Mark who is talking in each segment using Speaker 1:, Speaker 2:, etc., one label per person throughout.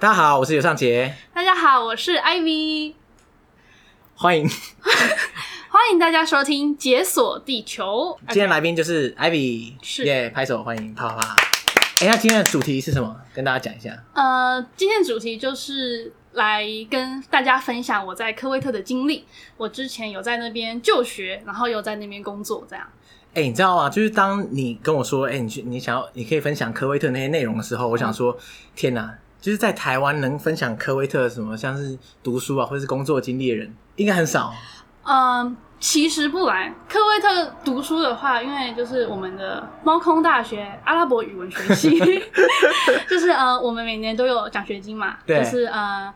Speaker 1: 大家好，我是尤尚杰，
Speaker 2: 大家好，我是 Ivy，
Speaker 1: 欢迎。
Speaker 2: 欢迎大家收听《解锁地球》。
Speaker 1: 今天来宾就是 Ivy，
Speaker 2: 是
Speaker 1: 耶拍手欢迎，啪啪啪。哎、那今天的主题是什么？跟大家讲一下。
Speaker 2: 呃，今天的主题就是来跟大家分享我在科威特的经历。我之前有在那边就学，然后又在那边工作，这样。
Speaker 1: 哎、你知道吗？就是当你跟我说，哎、你去，你想要，你可以分享科威特那些内容的时候，我想说，天哪！就是在台湾能分享科威特什么，像是读书啊，或是工作经历的人，应该很少。
Speaker 2: 嗯、其实不然，科威特读书的话，因为就是我们的猫空大学阿拉伯语文学 系，就是呃，我们每年都有奖学金嘛，
Speaker 1: 对
Speaker 2: 就是呃。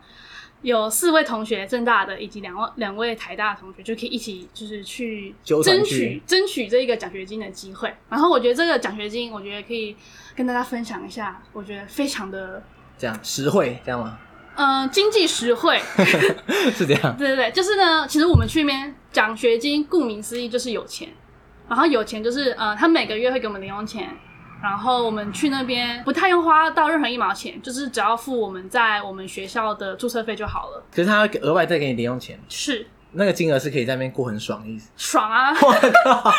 Speaker 2: 有四位同学，正大的以及两位两位台大的同学，就可以一起就是去
Speaker 1: 纠团
Speaker 2: 争
Speaker 1: 去
Speaker 2: 取争取这个奖学金的机会。然后我觉得这个奖学金，我觉得可以跟大家分享一下，我觉得非常的
Speaker 1: 这样实惠，这样吗？
Speaker 2: 呃经济实惠，
Speaker 1: 是这样。
Speaker 2: 对对对，就是呢，其实我们去那边奖学金，顾名思义就是有钱，然后有钱就是呃，他每个月会给我们零用钱，然后我们去那边不太用花到任何一毛钱，就是只要付我们在我们学校的注册费就好了，
Speaker 1: 可是他会额外再给你零用钱，
Speaker 2: 是
Speaker 1: 那个金额是可以在那边过很爽的意思。
Speaker 2: 爽啊！
Speaker 1: 我靠！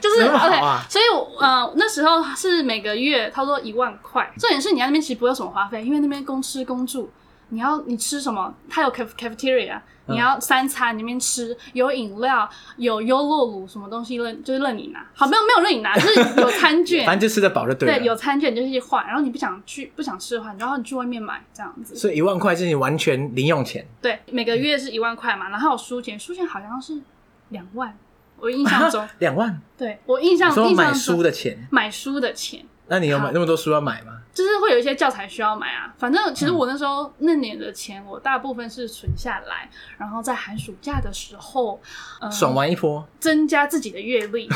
Speaker 2: 就是
Speaker 1: 这么好
Speaker 2: OK，
Speaker 1: 啊
Speaker 2: 所以我呃那时候是每个月差不多一万块，重点是你在那边其实不会有什么花费，因为那边公吃公住，你要你吃什么，它有 caf- cafeteria，
Speaker 1: 嗯
Speaker 2: 你要三餐你那边吃，有饮料，有优酪乳什么东西任就是任你拿，好没有没有任你拿，就是有餐 券，
Speaker 1: 反正就吃得饱就对了。
Speaker 2: 对，有餐券你就是去换，然后你不想去不想吃的话，然后你去外面买这样子，
Speaker 1: 所以一万块是你完全零用钱，
Speaker 2: 对，每个月是一万块嘛，然后有书钱，书钱好像是两万，我印 象中，
Speaker 1: 两万。
Speaker 2: 对我印象
Speaker 1: 你说
Speaker 2: 印象
Speaker 1: 买
Speaker 2: 中
Speaker 1: 书的钱，
Speaker 2: 买书的钱。
Speaker 1: 那你有买
Speaker 2: 好
Speaker 1: 那么多书要买吗？
Speaker 2: 就是会有一些教材需要买啊。反正
Speaker 1: 嗯
Speaker 2: 其实我那时候、那年的钱，我大部分是存下来，然后在寒暑假的时候，呃，
Speaker 1: 爽玩一波
Speaker 2: 增加自己的阅 历，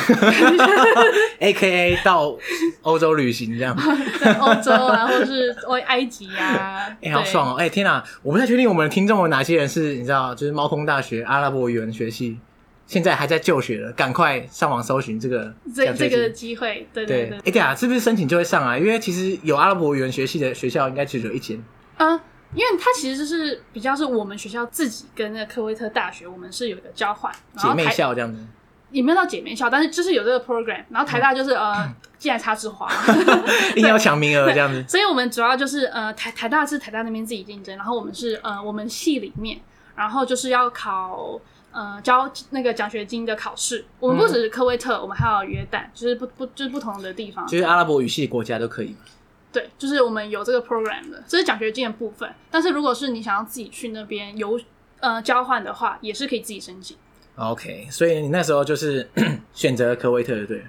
Speaker 1: ，A K A 到欧洲旅行这 样，
Speaker 2: 在欧洲啊，或是埃埃及啊，
Speaker 1: 哎、好
Speaker 2: 对
Speaker 1: 爽哦！哎、天哪，我不太确定我们的听众有哪些人是你知道，就是猫空大学阿拉伯语文学系，现在还在就学的，赶快上网搜寻这个
Speaker 2: 这
Speaker 1: 奖学
Speaker 2: 这
Speaker 1: 金
Speaker 2: 个机会，对对
Speaker 1: 对
Speaker 2: 对，，
Speaker 1: 哎、对啊，是不是申请就会上啊？因为其实有阿拉伯语文学系的学校应该只有一间，
Speaker 2: 嗯。因为它其实就是比较是我们学校自己跟那个科威特大学，我们是有一个交换，然
Speaker 1: 姐
Speaker 2: 后
Speaker 1: 妹
Speaker 2: 台
Speaker 1: 校这样子。
Speaker 2: 也没有到姐妹校，但是就是有这个 program，然
Speaker 1: 嗯
Speaker 2: 后台大就是、呃，既然插枝 花，
Speaker 1: 硬要抢名额这样子。
Speaker 2: 所以我们主要就是呃台台大是台大那边自己竞争，然后我们是呃我们系里面，然后就是要考呃交那个奖学金的考试。我们不只是科威特，我们还有约旦，就是不不就是不同的地 方。
Speaker 1: 就是阿拉伯语系国家都可以。
Speaker 2: 对，就是我们有这个 program 的，这是奖学金的部分。但是如果是你想要自己去那边游呃交换的话，也是可以自己申请。
Speaker 1: OK，所以你那时候就是 选择科威特，对不对？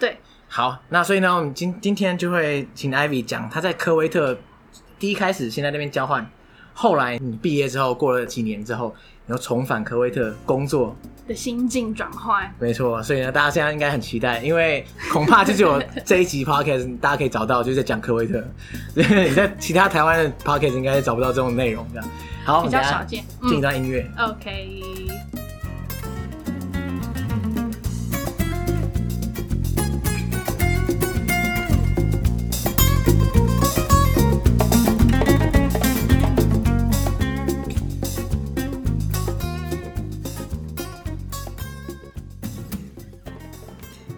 Speaker 2: 对，
Speaker 1: 好，那所以呢，我们今今天就会请 Ivy 讲他在科威特第一开始先在那边交换，后来你毕业之后过了几年之后，然后重返科威特工作，
Speaker 2: 的心境转换，
Speaker 1: 没错。所以呢，大家现在应该很期待，因为 恐怕就只有这一集 Podcast 大家可以找到，就是在讲科威特， 你在其他台湾的 Podcast 应该找不到这种内容这样。好，我
Speaker 2: 比
Speaker 1: 们
Speaker 2: 较
Speaker 1: 等一
Speaker 2: 少
Speaker 1: 下
Speaker 2: 见。
Speaker 1: 进一
Speaker 2: 嗯
Speaker 1: 段音乐。
Speaker 2: ，OK。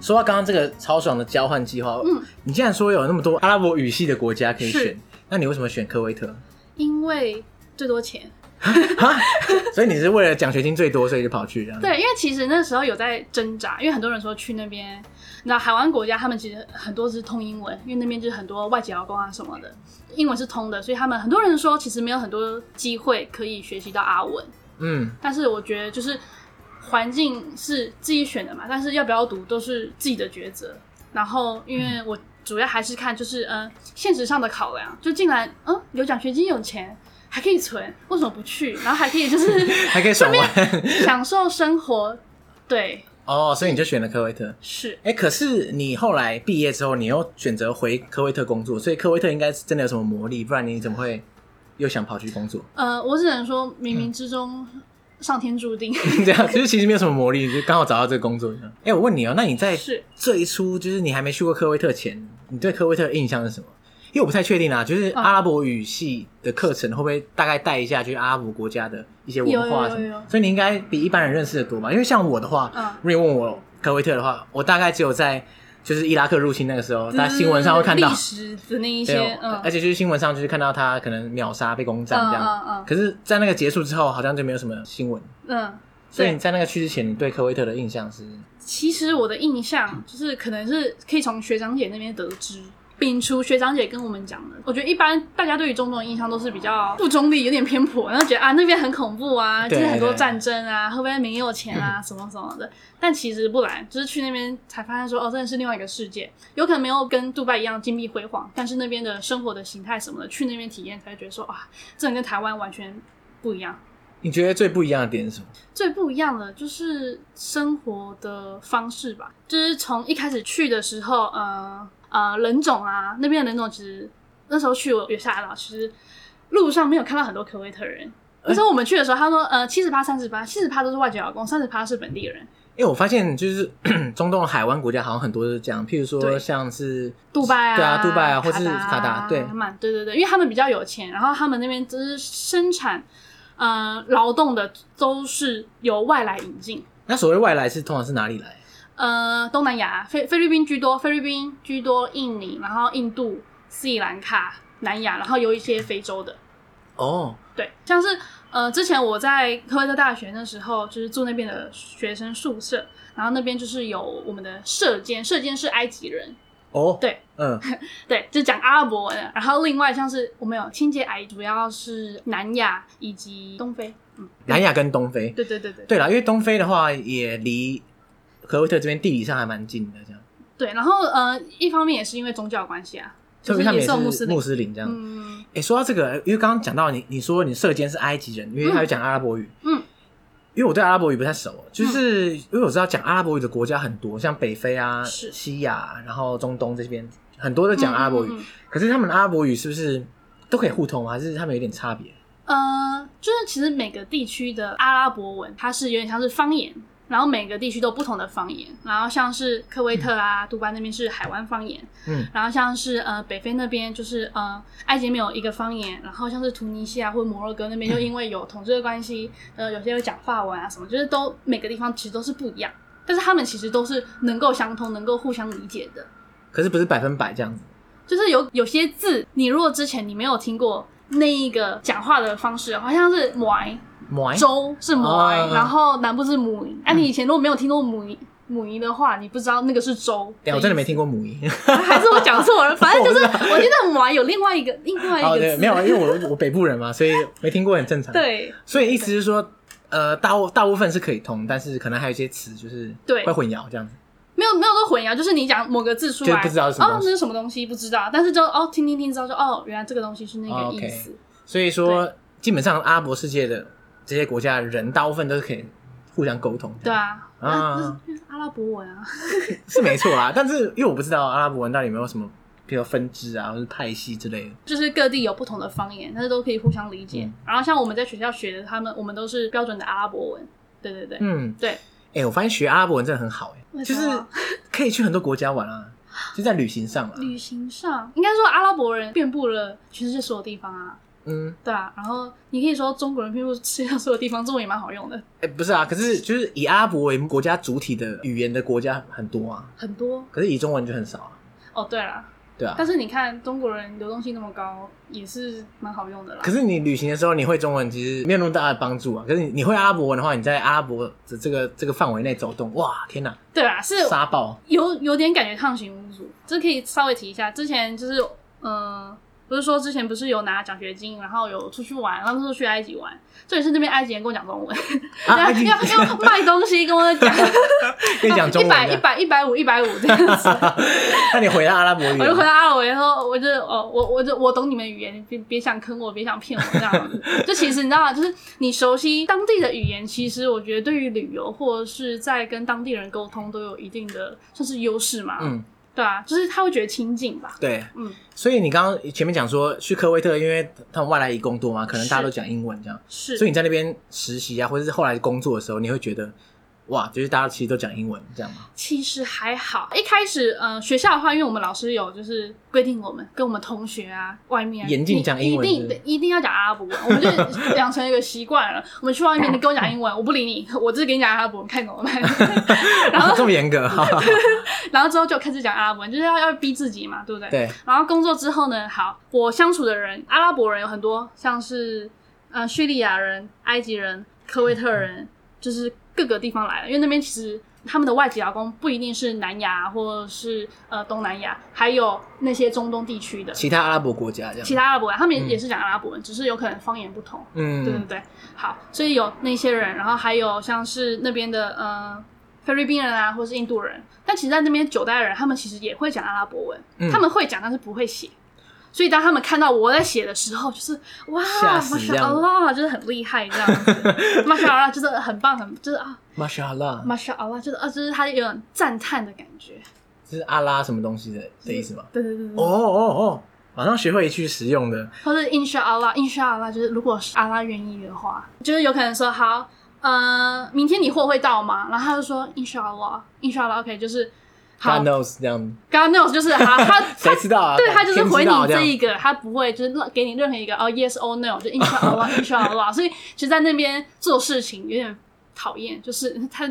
Speaker 1: 说到刚刚这个超爽的交换计划，
Speaker 2: 嗯
Speaker 1: 你既然说有那么多阿拉伯语系的国家可以
Speaker 2: 是
Speaker 1: 选，那你为什么选科威特？
Speaker 2: 因为最多钱，
Speaker 1: 哈，所以你是为了奖学金最多，所以就跑去这样？，
Speaker 2: 对，因为其实那时候有在挣扎，因为很多人说去那边，你知道海湾国家他们其实很多是通英文，因为那边就是很多外籍劳工啊什么的，英文是通的，所以他们很多人说其实没有很多机会可以学习到阿文，
Speaker 1: 嗯，
Speaker 2: 但是我觉得就是环境是自己选的嘛，但是要不要读都是自己的抉择。然后因为我主要还是看就是嗯、呃现实上的考量，就竟然嗯有奖学金有钱。还可以存，为什么不去？然后还可以就是
Speaker 1: 还可以爽玩
Speaker 2: 享受生活，对，
Speaker 1: 哦，所以你就选了科威特。
Speaker 2: 是
Speaker 1: 哎、可是你后来毕业之后，你又选择回科威特工作，所以科威特应该是真的有什么魔力，不然你怎么会又想跑去工作？
Speaker 2: 呃，我只能说冥
Speaker 1: 嗯
Speaker 2: 冥之中上天注定
Speaker 1: 这样就是其实没有什么魔力，就刚好找到这个工作这样。哎、我问你哦、那你在
Speaker 2: 是
Speaker 1: 最初就是你还没去过科威特前，你对科威特的印象是什么？因因为我不太确定啊，就是阿拉伯语系的课程会不会大概带一下，就是阿拉伯国家的一些文化什
Speaker 2: 有有有有
Speaker 1: 么？所以你应该比一般人认识的多吧？因为像我的话，
Speaker 2: 嗯
Speaker 1: 如果你问我科威特的话，我大概只有在就是伊拉克入侵那个时候，大家新闻上会看到
Speaker 2: 嗯历，史的那 一
Speaker 1: 对
Speaker 2: 些，，嗯
Speaker 1: 而且就是新闻上就是看到他可能秒杀被攻占这样。
Speaker 2: 嗯嗯
Speaker 1: 可是，在那个结束之后，好像就没有什么新闻。
Speaker 2: 嗯嗯。
Speaker 1: 所以
Speaker 2: 对
Speaker 1: 你在那个去之前，你对科威特的印象是？
Speaker 2: 其实我的印象就是，可能是可以从学长姐那边得知，摒除学长姐跟我们讲的。我觉得一般大家对于中东的印象都是比较不中立，有点偏颇，然后觉得啊那边很恐怖啊，就
Speaker 1: 对
Speaker 2: 是很多战争啊，会不会没有钱啊，什么什么的。但其实不然，就是去那边才发现说，哦，真的是另外一个世界。有可能没有跟杜拜一样金碧辉煌，但是那边的生活的形态什么的，去那边体验才会觉得说，哇，真的跟台湾完全不一样。
Speaker 1: 你觉得最不一样的点是什么？
Speaker 2: 最不一样的就是生活的方式吧，就是从一开始去的时候，呃呃，人种啊，那边的人种其实那时候去我约下来了，其实路上没有看到很多科威特人。那时候我们去的时候，他说呃七十八三十八，七十八都是外籍劳工，三十八是本地人。
Speaker 1: 因为我发现就是 中东的海湾国家好像很多都是这样，譬如
Speaker 2: 对
Speaker 1: 说像是
Speaker 2: 杜拜啊，
Speaker 1: 对啊，杜拜啊，
Speaker 2: 卡
Speaker 1: 或
Speaker 2: 达
Speaker 1: 是卡达，对，
Speaker 2: 曼，对对对，因为他们比较有钱，然后他们那边就是生产，呃，劳动的都是由外来引进，
Speaker 1: 那所谓外来是通常是哪里来？
Speaker 2: 呃，东南亚菲菲律宾居多，菲律宾居多，印尼，然后印度、斯里兰卡、南亚，然后有一些非洲的。
Speaker 1: 哦，
Speaker 2: 对，像是呃，之前我在科威特大学那时候，就是住那边的学生宿舍，然后那边就是有我们的舍监，舍监是埃及人，
Speaker 1: 哦，
Speaker 2: 对，
Speaker 1: 嗯，
Speaker 2: 对，就讲阿拉伯文的。然后另外像是我们有清洁阿姨，主要是南亚以及东非。嗯，
Speaker 1: 南亚跟东非，
Speaker 2: 对对对对
Speaker 1: 对啦，因为东非的话也离科威特这边地理上还蛮近的，这样，
Speaker 2: 对。然后呃，一方面也是因为宗教关系啊，
Speaker 1: 特
Speaker 2: 就是
Speaker 1: 别他们也
Speaker 2: 也是有穆斯
Speaker 1: 是
Speaker 2: 林
Speaker 1: 穆，斯林这样。
Speaker 2: 嗯。
Speaker 1: 哎、说到这个，因为刚刚讲到你，你说你射箭是埃及人，因为他有讲阿拉伯语。
Speaker 2: 嗯嗯嗯
Speaker 1: 因为我对阿拉伯语不太熟，啊就是因为我知道讲阿拉伯语的国家很多，像北非啊、
Speaker 2: 是
Speaker 1: 西亚，然后中东这边很多都讲阿拉伯语。
Speaker 2: 嗯嗯嗯
Speaker 1: 可是他们的阿拉伯语是不是都可以互通吗？还是他们有点差别？
Speaker 2: 呃，就是其实每个地区的阿拉伯文，它是有点像是方言，然后每个地区都有不同的方言。然后像是科威特啊、杜拜那边是海湾方言，
Speaker 1: 嗯，
Speaker 2: 然后像是呃北非那边就是呃埃及那边有一个方言，然后像是突尼西亚或者摩洛哥那边，就因为有统治的关系，呃有些会讲法文啊什么，就是都每个地方其实都是不一样，但是他们其实都是能够相通、能够互相理解的。
Speaker 1: 可是不是百分百这样子？
Speaker 2: 就是有有些字，你如果之前你没有听过那一个讲话的方式的话，好像是 my
Speaker 1: 摩埃
Speaker 2: 州是母哀，
Speaker 1: 哦
Speaker 2: 然后南部是母仪。
Speaker 1: 嗯
Speaker 2: 哎、你以前如果没有听过母仪母仪的话，你不知道那个是州。
Speaker 1: 哎，我真的没听过母 音。
Speaker 2: 过，还是我讲错了？反正 就是，我记得母哀有另外一个另外一
Speaker 1: 哦，
Speaker 2: 个
Speaker 1: 对，
Speaker 2: 字，
Speaker 1: 没有，哎因为我我北部人嘛，所以没听过很正常。，
Speaker 2: 对
Speaker 1: 所以意思是说，呃，大部大部分是可以通，但是可能还有一些词就是
Speaker 2: 对
Speaker 1: 会混淆这样子。
Speaker 2: 没有没有说混淆，就是你讲某个字出
Speaker 1: 就
Speaker 2: 来，
Speaker 1: 是不知道是什么
Speaker 2: 哦
Speaker 1: 东，西
Speaker 2: 那是什么东西不知道，但是就哦听听听知道就哦，原来这个东西是那
Speaker 1: 哦
Speaker 2: 个意
Speaker 1: ，OK
Speaker 2: 思。
Speaker 1: 所以说，基本上阿拉伯世界的这些国家的人，大部分都是可以互相沟通的，
Speaker 2: 对啊，
Speaker 1: 啊
Speaker 2: 啊， 就是就是阿拉伯文啊，
Speaker 1: 是没错啦。但是因为我不知道阿拉伯文到底有没有什么，比如分支啊，或是派系之类的。
Speaker 2: 就是各地有不同的方言，但是都可以互相理解。
Speaker 1: 嗯
Speaker 2: 然后像我们在学校学的，他们我们都是标准的阿拉伯文。对对对，
Speaker 1: 嗯，
Speaker 2: 对
Speaker 1: 哎、我发现学阿拉伯文真的很好、哎，
Speaker 2: 为
Speaker 1: 就
Speaker 2: 什
Speaker 1: 是
Speaker 2: 么
Speaker 1: 可以去很多国家玩啊，就在旅行上啊。
Speaker 2: 旅行上应该说阿拉伯人遍布了全世界所有地方啊，
Speaker 1: 嗯，
Speaker 2: 对啊。然后你可以说中国人遍布世界上所有地方，中文也蛮好用的，
Speaker 1: 哎、不是啊，可是就是以阿拉伯为国家主体的语言的国家很多啊，
Speaker 2: 很多
Speaker 1: 可是以中文就很少啊，
Speaker 2: 哦。对啦，
Speaker 1: 对啊
Speaker 2: 但。是你看中国人流动性那么高，也是蛮好用的啦
Speaker 1: 可。是你旅行的时候，你会中文其实没有那么大的帮助啊。可是你你会阿拉伯文的话，你在阿拉伯的这个这个范围内走动，哇，天哪，
Speaker 2: 对啦，是
Speaker 1: 沙暴，
Speaker 2: 有有点感觉抗行无阻，这可以稍微提一下。之前就是，呃，不是说之前不是有拿奖学金，然后有出去玩，然后那时候去埃及玩，这也是那边埃及人跟我讲中文，
Speaker 1: 啊
Speaker 2: 要
Speaker 1: 埃及
Speaker 2: 要要卖东西跟我讲，
Speaker 1: 跟你讲中
Speaker 2: 一百
Speaker 1: 文
Speaker 2: 一
Speaker 1: 的。
Speaker 2: 百一百五一百五这样子。
Speaker 1: 那你回到阿拉伯语
Speaker 2: 我就回
Speaker 1: 了，
Speaker 2: 答阿伟说，我就哦，我我就我懂你们语言，你别别想坑我，别想骗我这样子。就其实你知道吗？就是你熟悉当地的语言，其实我觉得对于旅游或者是在跟当地人沟通都有一定的算是优势嘛。
Speaker 1: 嗯，
Speaker 2: 对啊，就是他会觉得亲近吧。
Speaker 1: 对，
Speaker 2: 嗯，
Speaker 1: 所以你刚刚前面讲说去科威特，因为他们外来移工多嘛，可能大家都讲英文这样，
Speaker 2: 是，
Speaker 1: 所以你在那边实习啊，或者是后来工作的时候，你会觉得哇，就是大家其实都讲英文这样吗？
Speaker 2: 其实还好，一开始呃，学校的话，因为我们老师有就是规定我们跟我们同学啊，外面
Speaker 1: 严禁讲英文
Speaker 2: 你一
Speaker 1: 是不是
Speaker 2: 定一定要讲阿拉伯文，我们就养成一个习惯了。我们去外面，你跟我讲英文，我不理你，我只是跟你讲阿拉伯文，看你怎么办。然后
Speaker 1: 这么严格，哈哈哈
Speaker 2: 然后之后就开始讲阿拉伯文，就是要要逼自己嘛，对不 对？
Speaker 1: 对，
Speaker 2: 然后工作之后呢，好，我相处的人，阿拉伯人有很多，像是呃叙利亚人、埃及人、科威特人，就是各个地方来的，因为那边其实他们的外籍劳工不一定是南亚或者是呃东南亚，还有那些中东地区的
Speaker 1: 其他阿拉伯国家这样，
Speaker 2: 其他阿拉伯人，他们也也是讲阿拉伯文，只是有可能方言不同。对对
Speaker 1: 嗯，
Speaker 2: 对，好，所以有那些人，然后还有像是那边的呃菲律宾人啊，或是印度人，但其实在那边九代人，他们其实也会讲阿拉伯文，
Speaker 1: 嗯
Speaker 2: 他们会讲，但是不会写。所以当他们看到我在写的时候，就是哇，
Speaker 1: 吓死
Speaker 2: 马
Speaker 1: 这
Speaker 2: 沙
Speaker 1: 样
Speaker 2: 拉，就是很厉害这样 子，马沙拉就是很棒，很就是啊，
Speaker 1: 马沙拉，
Speaker 2: 马沙拉就是啊，就是他有点赞叹的感觉。
Speaker 1: 这是阿拉什么东西的的意思吗？
Speaker 2: 对对对
Speaker 1: 哦
Speaker 2: 对对，
Speaker 1: 哦哦，马上学会一句实用的，
Speaker 2: 或是 inshallah inshallah，就是如果是阿拉愿意的话，就是有可能说好，呃，明天你货会到吗？然后他就说 inshallah inshallah OK，就是好
Speaker 1: God knows 这样，
Speaker 2: God knows，就是他他
Speaker 1: 谁
Speaker 2: 他
Speaker 1: 知道啊？
Speaker 2: 对他就是
Speaker 1: 天
Speaker 2: 回
Speaker 1: 知
Speaker 2: 你
Speaker 1: 道
Speaker 2: 这
Speaker 1: 样
Speaker 2: 一个，他不会就是给你任何一个哦 yes or no，就 inshallah inshallah，所以其实在那边做事情有点讨厌，就是他。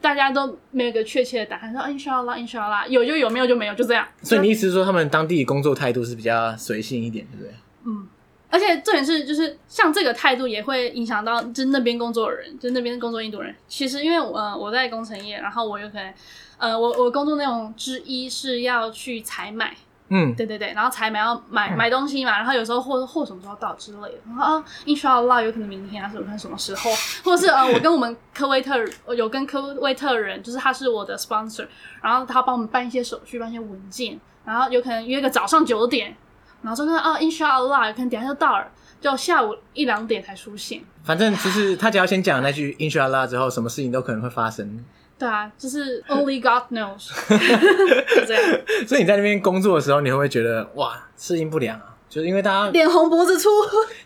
Speaker 2: 大家都没有一个确切的答案，说 inshallah inshallah，有就有，没有就没有，就这样。
Speaker 1: 所以你意思是说，他们当地工作态度是比较随性一点，对不对？
Speaker 2: 嗯，而且重点是，就是像这个态度也会影响到，就是那边工作的人，就是那边工作印度人。其实因为我、呃、我在工程业，然后我有可能，呃，我我工作内容之一是要去采买，
Speaker 1: 嗯，
Speaker 2: 对对对，然后采买要买买东西嘛，然后有时候货货什么时候到之类的，然后啊，inshallah 有可能明天啊，什么看什么时候， 或者是呃，我跟我们科威特我有跟科威特人，就是他是我的 sponsor，然后他帮我们办一些手续，办一些文件，然后有可能约个早上九点，然后说那啊，inshallah 有可能等一下就到了，就下午一两点才出现。
Speaker 1: 反正就是他只要先讲那句 “inshallah” 之后，什么事情都可能会发生。
Speaker 2: 对啊，就是 only God knows，就这样，
Speaker 1: 所以你在那边工作的时候，你会不会觉得哇，适应不良啊？就是因为大家
Speaker 2: 脸红脖子粗。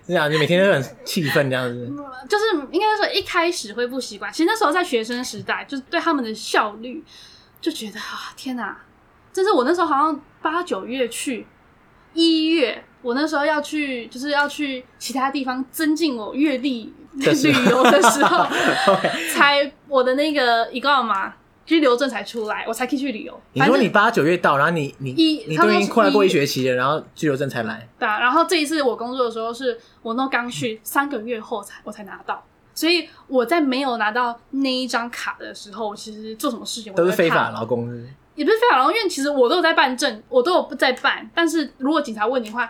Speaker 1: 这样，你每天都很气愤这样子。
Speaker 2: 就是应该说一开始会不习惯，其实那时候在学生时代，就是对他们的效率就觉得啊，天哪！就是我那时候好像八九月去，一月我那时候要去，就是要去其他地方增进我阅历
Speaker 1: 的时
Speaker 2: 旅
Speaker 1: 候
Speaker 2: 游的 时候
Speaker 1: OK，
Speaker 2: 才我的那个一个嘛，居留证才出来，我才可以去旅游。
Speaker 1: 你
Speaker 2: 反
Speaker 1: 说
Speaker 2: 正
Speaker 1: 你八九月到，然后你你
Speaker 2: 一
Speaker 1: 你
Speaker 2: 差不
Speaker 1: 都
Speaker 2: 多
Speaker 1: 已经快
Speaker 2: 是
Speaker 1: 过一
Speaker 2: 一
Speaker 1: 学期了，然后居留证才来，
Speaker 2: 对啊，然后这一次我工作的时候是，我那刚去三个月后才我才拿到，所以我在没有拿到那一张卡的时候，我其实做什么事情我
Speaker 1: 都是
Speaker 2: 会
Speaker 1: 非
Speaker 2: 怕
Speaker 1: 法劳工是不是
Speaker 2: 也不是非法劳工，因为其实我都有在办证，我都有在办，但是如果警察问你的话，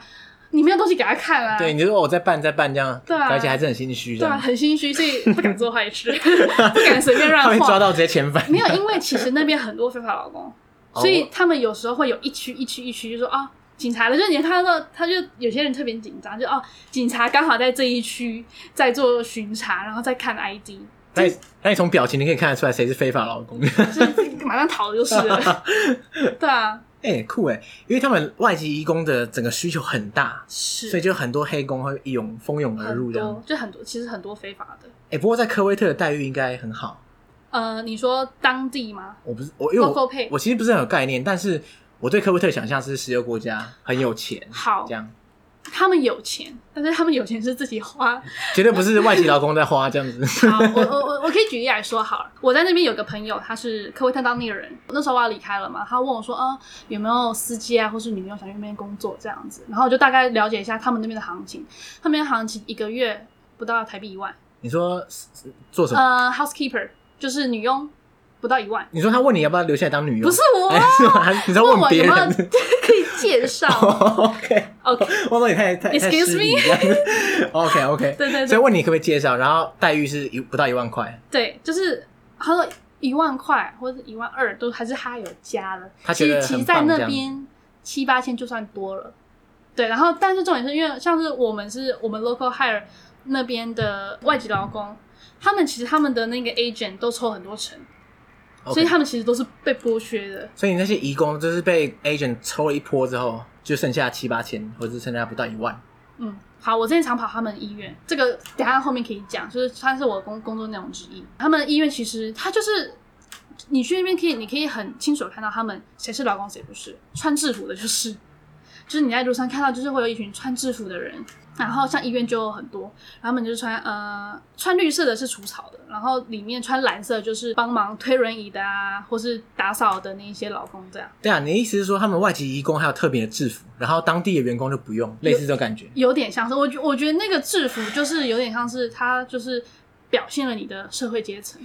Speaker 2: 你没有东西给他看啊，
Speaker 1: 对，你就说我在办在办这样，
Speaker 2: 对啊
Speaker 1: 而且还是很心虚这
Speaker 2: 对啊，
Speaker 1: 样，
Speaker 2: 很心虚，所以不敢做 坏事，不敢随便
Speaker 1: 他
Speaker 2: 乱
Speaker 1: 被
Speaker 2: 画
Speaker 1: 抓。到直接遣 返。
Speaker 2: 没有，因为其实那边很多非法劳工，
Speaker 1: 哦
Speaker 2: 所以他们有时候会有一区一区一区，就说啊、警察的，就是你看到他就有些人特别紧张，就哦，警察刚好在这一区在做巡查，然后再看 ID，
Speaker 1: 那你那你从表情你可以看得出来谁是非法劳
Speaker 2: 嗯
Speaker 1: 工。
Speaker 2: 就是马上逃就是 了。对啊，
Speaker 1: 哎、酷哎、因为他们外籍移工的整个需求很大，
Speaker 2: 是，
Speaker 1: 所以就很多黑工会一涌蜂拥而入
Speaker 2: 很
Speaker 1: 这样
Speaker 2: 多。，就很多，其实很多非法的。
Speaker 1: 哎、不过在科威特的待遇应该很好，
Speaker 2: 呃，你说当地吗？
Speaker 1: 我不是我因为
Speaker 2: Local
Speaker 1: 我
Speaker 2: pay
Speaker 1: 哎我其实不是很有概念，但是我对科威特的想象是石油国家很有钱，
Speaker 2: 好
Speaker 1: 这，样
Speaker 2: 他们有钱，但是他们有钱是自己花，
Speaker 1: 绝对不是外籍劳工在花这样子。
Speaker 2: 好，我我我我可以举例来说好了。我在那边有个朋友，他是科威特当地人，那时候我要离开了嘛，他问我说，啊、有没有司机啊，或是女朋友想去那边工作这样子，然后我就大概了解一下他们那边的行情，他们那边行情一个月不到台币一万，
Speaker 1: 你说是是做什么？
Speaker 2: 呃，housekeeper 就是女佣不到一万，
Speaker 1: 你说他问你要不要留下来当女佣？
Speaker 2: 不是我
Speaker 1: 哎，
Speaker 2: 啊。
Speaker 1: 是吗？你在
Speaker 2: 问
Speaker 1: 问
Speaker 2: 我
Speaker 1: 别
Speaker 2: 有没有
Speaker 1: 人
Speaker 2: 可以 介绍
Speaker 1: ？OK，
Speaker 2: ？OK，
Speaker 1: 我说你太太太
Speaker 2: Excuse
Speaker 1: 失礼这样子。OK OK，
Speaker 2: 对对
Speaker 1: 所以
Speaker 2: 对
Speaker 1: 问你可不可以介绍，然后待遇是一不到一万块。
Speaker 2: 对，就是他说一万块或者一万二都还是他有加了，
Speaker 1: 他
Speaker 2: 其
Speaker 1: 觉得
Speaker 2: 实
Speaker 1: 很
Speaker 2: 其实
Speaker 1: 棒
Speaker 2: 在
Speaker 1: 这
Speaker 2: 那
Speaker 1: 样
Speaker 2: 边七八千就算多了，对。然后但是重点是因为像是我们是我们 local hire 那边的外籍劳工，他们其实他们的那个 agent 都抽很多成
Speaker 1: OK
Speaker 2: 所以他们其实都是被剥削的。
Speaker 1: 所以你那些移工就是被 agent 抽了一波之后，就剩下七八千，或者是剩下不到一万。
Speaker 2: 嗯，好，我之前常跑他们医院，这个等一下后面可以讲，就是它是我工工作内容之一。他们的医院其实它就是你去那边可以，你可以很清楚地看到他们谁是劳工，谁不是，穿制服的就是， 就是你在路上看到就是会有一群穿制服的人，然后像医院就有很多，然后他们就是穿呃穿绿色的是除草的，然后里面穿蓝色就是帮忙推轮椅的啊，或是打扫的那一些劳工这样。
Speaker 1: 对啊，你的意思是说他们外籍移工还有特别的制服，然后当地的员工就不用，类似这种感觉。
Speaker 2: 有点像是我觉我觉得那个制服就是有点像是它就是表现了你的社会阶层，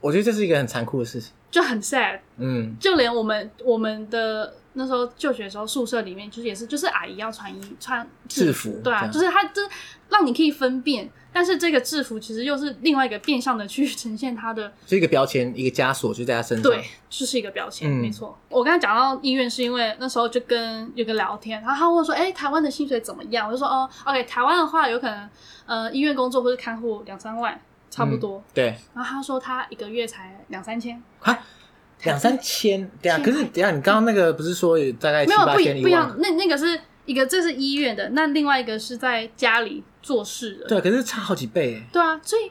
Speaker 1: 我觉得这是一个很残酷的事情。
Speaker 2: 就很 sad。
Speaker 1: 嗯，
Speaker 2: 就连我们我们的那时候就学的时候宿舍里面，就是也是就是阿姨要穿衣穿
Speaker 1: 制服
Speaker 2: 对
Speaker 1: 这
Speaker 2: 啊，
Speaker 1: 样
Speaker 2: 就是它就是让你可以分辨，但是这个制服其实又是另外一个变相的去呈现它的
Speaker 1: 就一个标签，一个枷锁就在他身上。
Speaker 2: 对，，就是一个标签，
Speaker 1: 嗯
Speaker 2: 没错。我刚才讲到医院，是因为那时候就跟有个聊天，然后他问我说：“哎、台湾的薪水怎么样？”我就说：“哦，OK，台湾的话有可能，呃，医院工作或是看护两三万，差不多。
Speaker 1: 对，
Speaker 2: 然后他说他一个月才两三千，
Speaker 1: 啊，两三千，对啊。
Speaker 2: 千
Speaker 1: 可是等一下你刚刚那个不是说有大概七
Speaker 2: 没有啊
Speaker 1: 八
Speaker 2: 不
Speaker 1: 千
Speaker 2: 一
Speaker 1: 一
Speaker 2: 不一样
Speaker 1: 万？，
Speaker 2: 那那个是一个这是医院的，那另外一个是在家里做事的，
Speaker 1: 对啊，可是差好几倍欸耶。
Speaker 2: 对啊，所以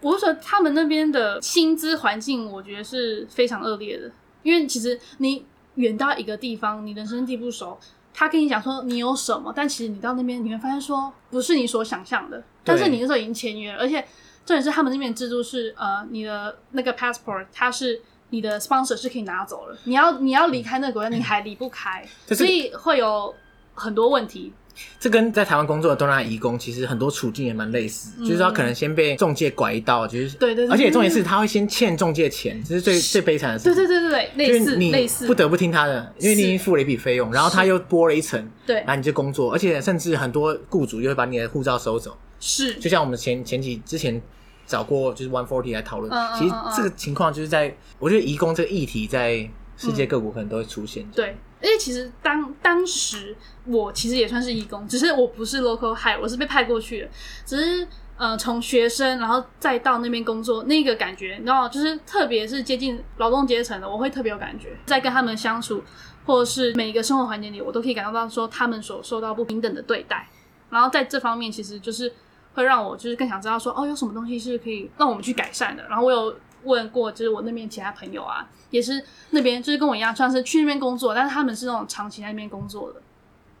Speaker 2: 我就觉得他们那边的薪资环境，我觉得是非常恶劣的，因为其实你远到一个地方，你人生地不熟，他跟你讲说你有什么，但其实你到那边你会发现说不是你所想象的，但是你那时候已经签约了，而且重点是他们那边的制度是呃，你的那个 passport 它是。你的 sponsor 是可以拿走了，你要你要离开那个国家，你还离不开，
Speaker 1: 这嗯
Speaker 2: 所
Speaker 1: 是
Speaker 2: 以会有很多问题。
Speaker 1: 这跟在台湾工作的东南亚移工其实很多处境也蛮类似，
Speaker 2: 嗯
Speaker 1: 就是他可能先被中介拐一刀，就是
Speaker 2: 对对对
Speaker 1: 而且重点是他会先欠中介钱，这是最最悲惨的事
Speaker 2: 对
Speaker 1: 情。
Speaker 2: 对对对对，类
Speaker 1: 就
Speaker 2: 似
Speaker 1: 是你
Speaker 2: 类似，
Speaker 1: 不得不听他的，因为你已经付了一笔费用，然后他又多了一层，
Speaker 2: 对
Speaker 1: 然后你就工作，而且甚至很多雇主就会把你的护照收走。
Speaker 2: 是
Speaker 1: 就像我们前前几之前找过就是 One Forty 来讨论，
Speaker 2: 嗯嗯
Speaker 1: 其实
Speaker 2: 嗯嗯
Speaker 1: 这个情况就是在我觉得移工这个议题在世界各国可能都会出现。
Speaker 2: 嗯对，而且其实当当时我其实也算是义工，只是我不是 local hire，我是被派过去的，只是呃从学生然后再到那边工作，那个感觉你知道，就是特别是接近劳动阶层的，我会特别有感觉，在跟他们相处或者是每一个生活环节里，我都可以感受到说他们所受到不平等的对待，然后在这方面其实就是。会让我就是更想知道说哦，有什么东西是可以让我们去改善的。然后我有问过，就是我那边其他朋友啊，也是那边就是跟我一样，算是去那边工作，但是他们是那种长期在那边工作的。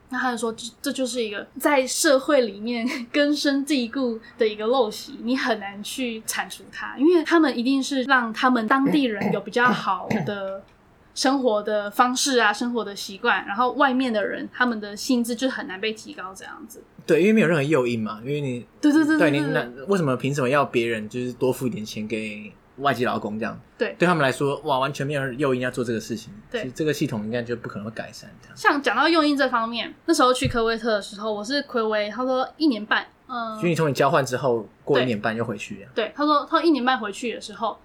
Speaker 2: 那他就说，这这就是一个在社会里面根深蒂固的一个陋习，你很难去铲除它，因为他们一定是让他们当地人有比较好的 生活的方式啊，生活的习惯，然后外面的人他们的薪资就很难被提高，这样子。
Speaker 1: 对，因为没有任何诱因嘛，因为你
Speaker 2: 对对对
Speaker 1: 对
Speaker 2: 对
Speaker 1: 你
Speaker 2: 对
Speaker 1: 那为什么凭什么要别人就是多付一点钱给外籍劳工这样？
Speaker 2: 对
Speaker 1: 对他们来说，哇，完全没有诱因要做这个事情。
Speaker 2: 对
Speaker 1: 其实这个系统应该就不可能会改善这样。
Speaker 2: 像讲到用印这方面，那时候去科威特的时候，我是暌违，他说一年半，嗯
Speaker 1: 所，以你从你交换之后过
Speaker 2: 对
Speaker 1: 一年半又回去这样，
Speaker 2: 对，他说他说一年半回去的时候，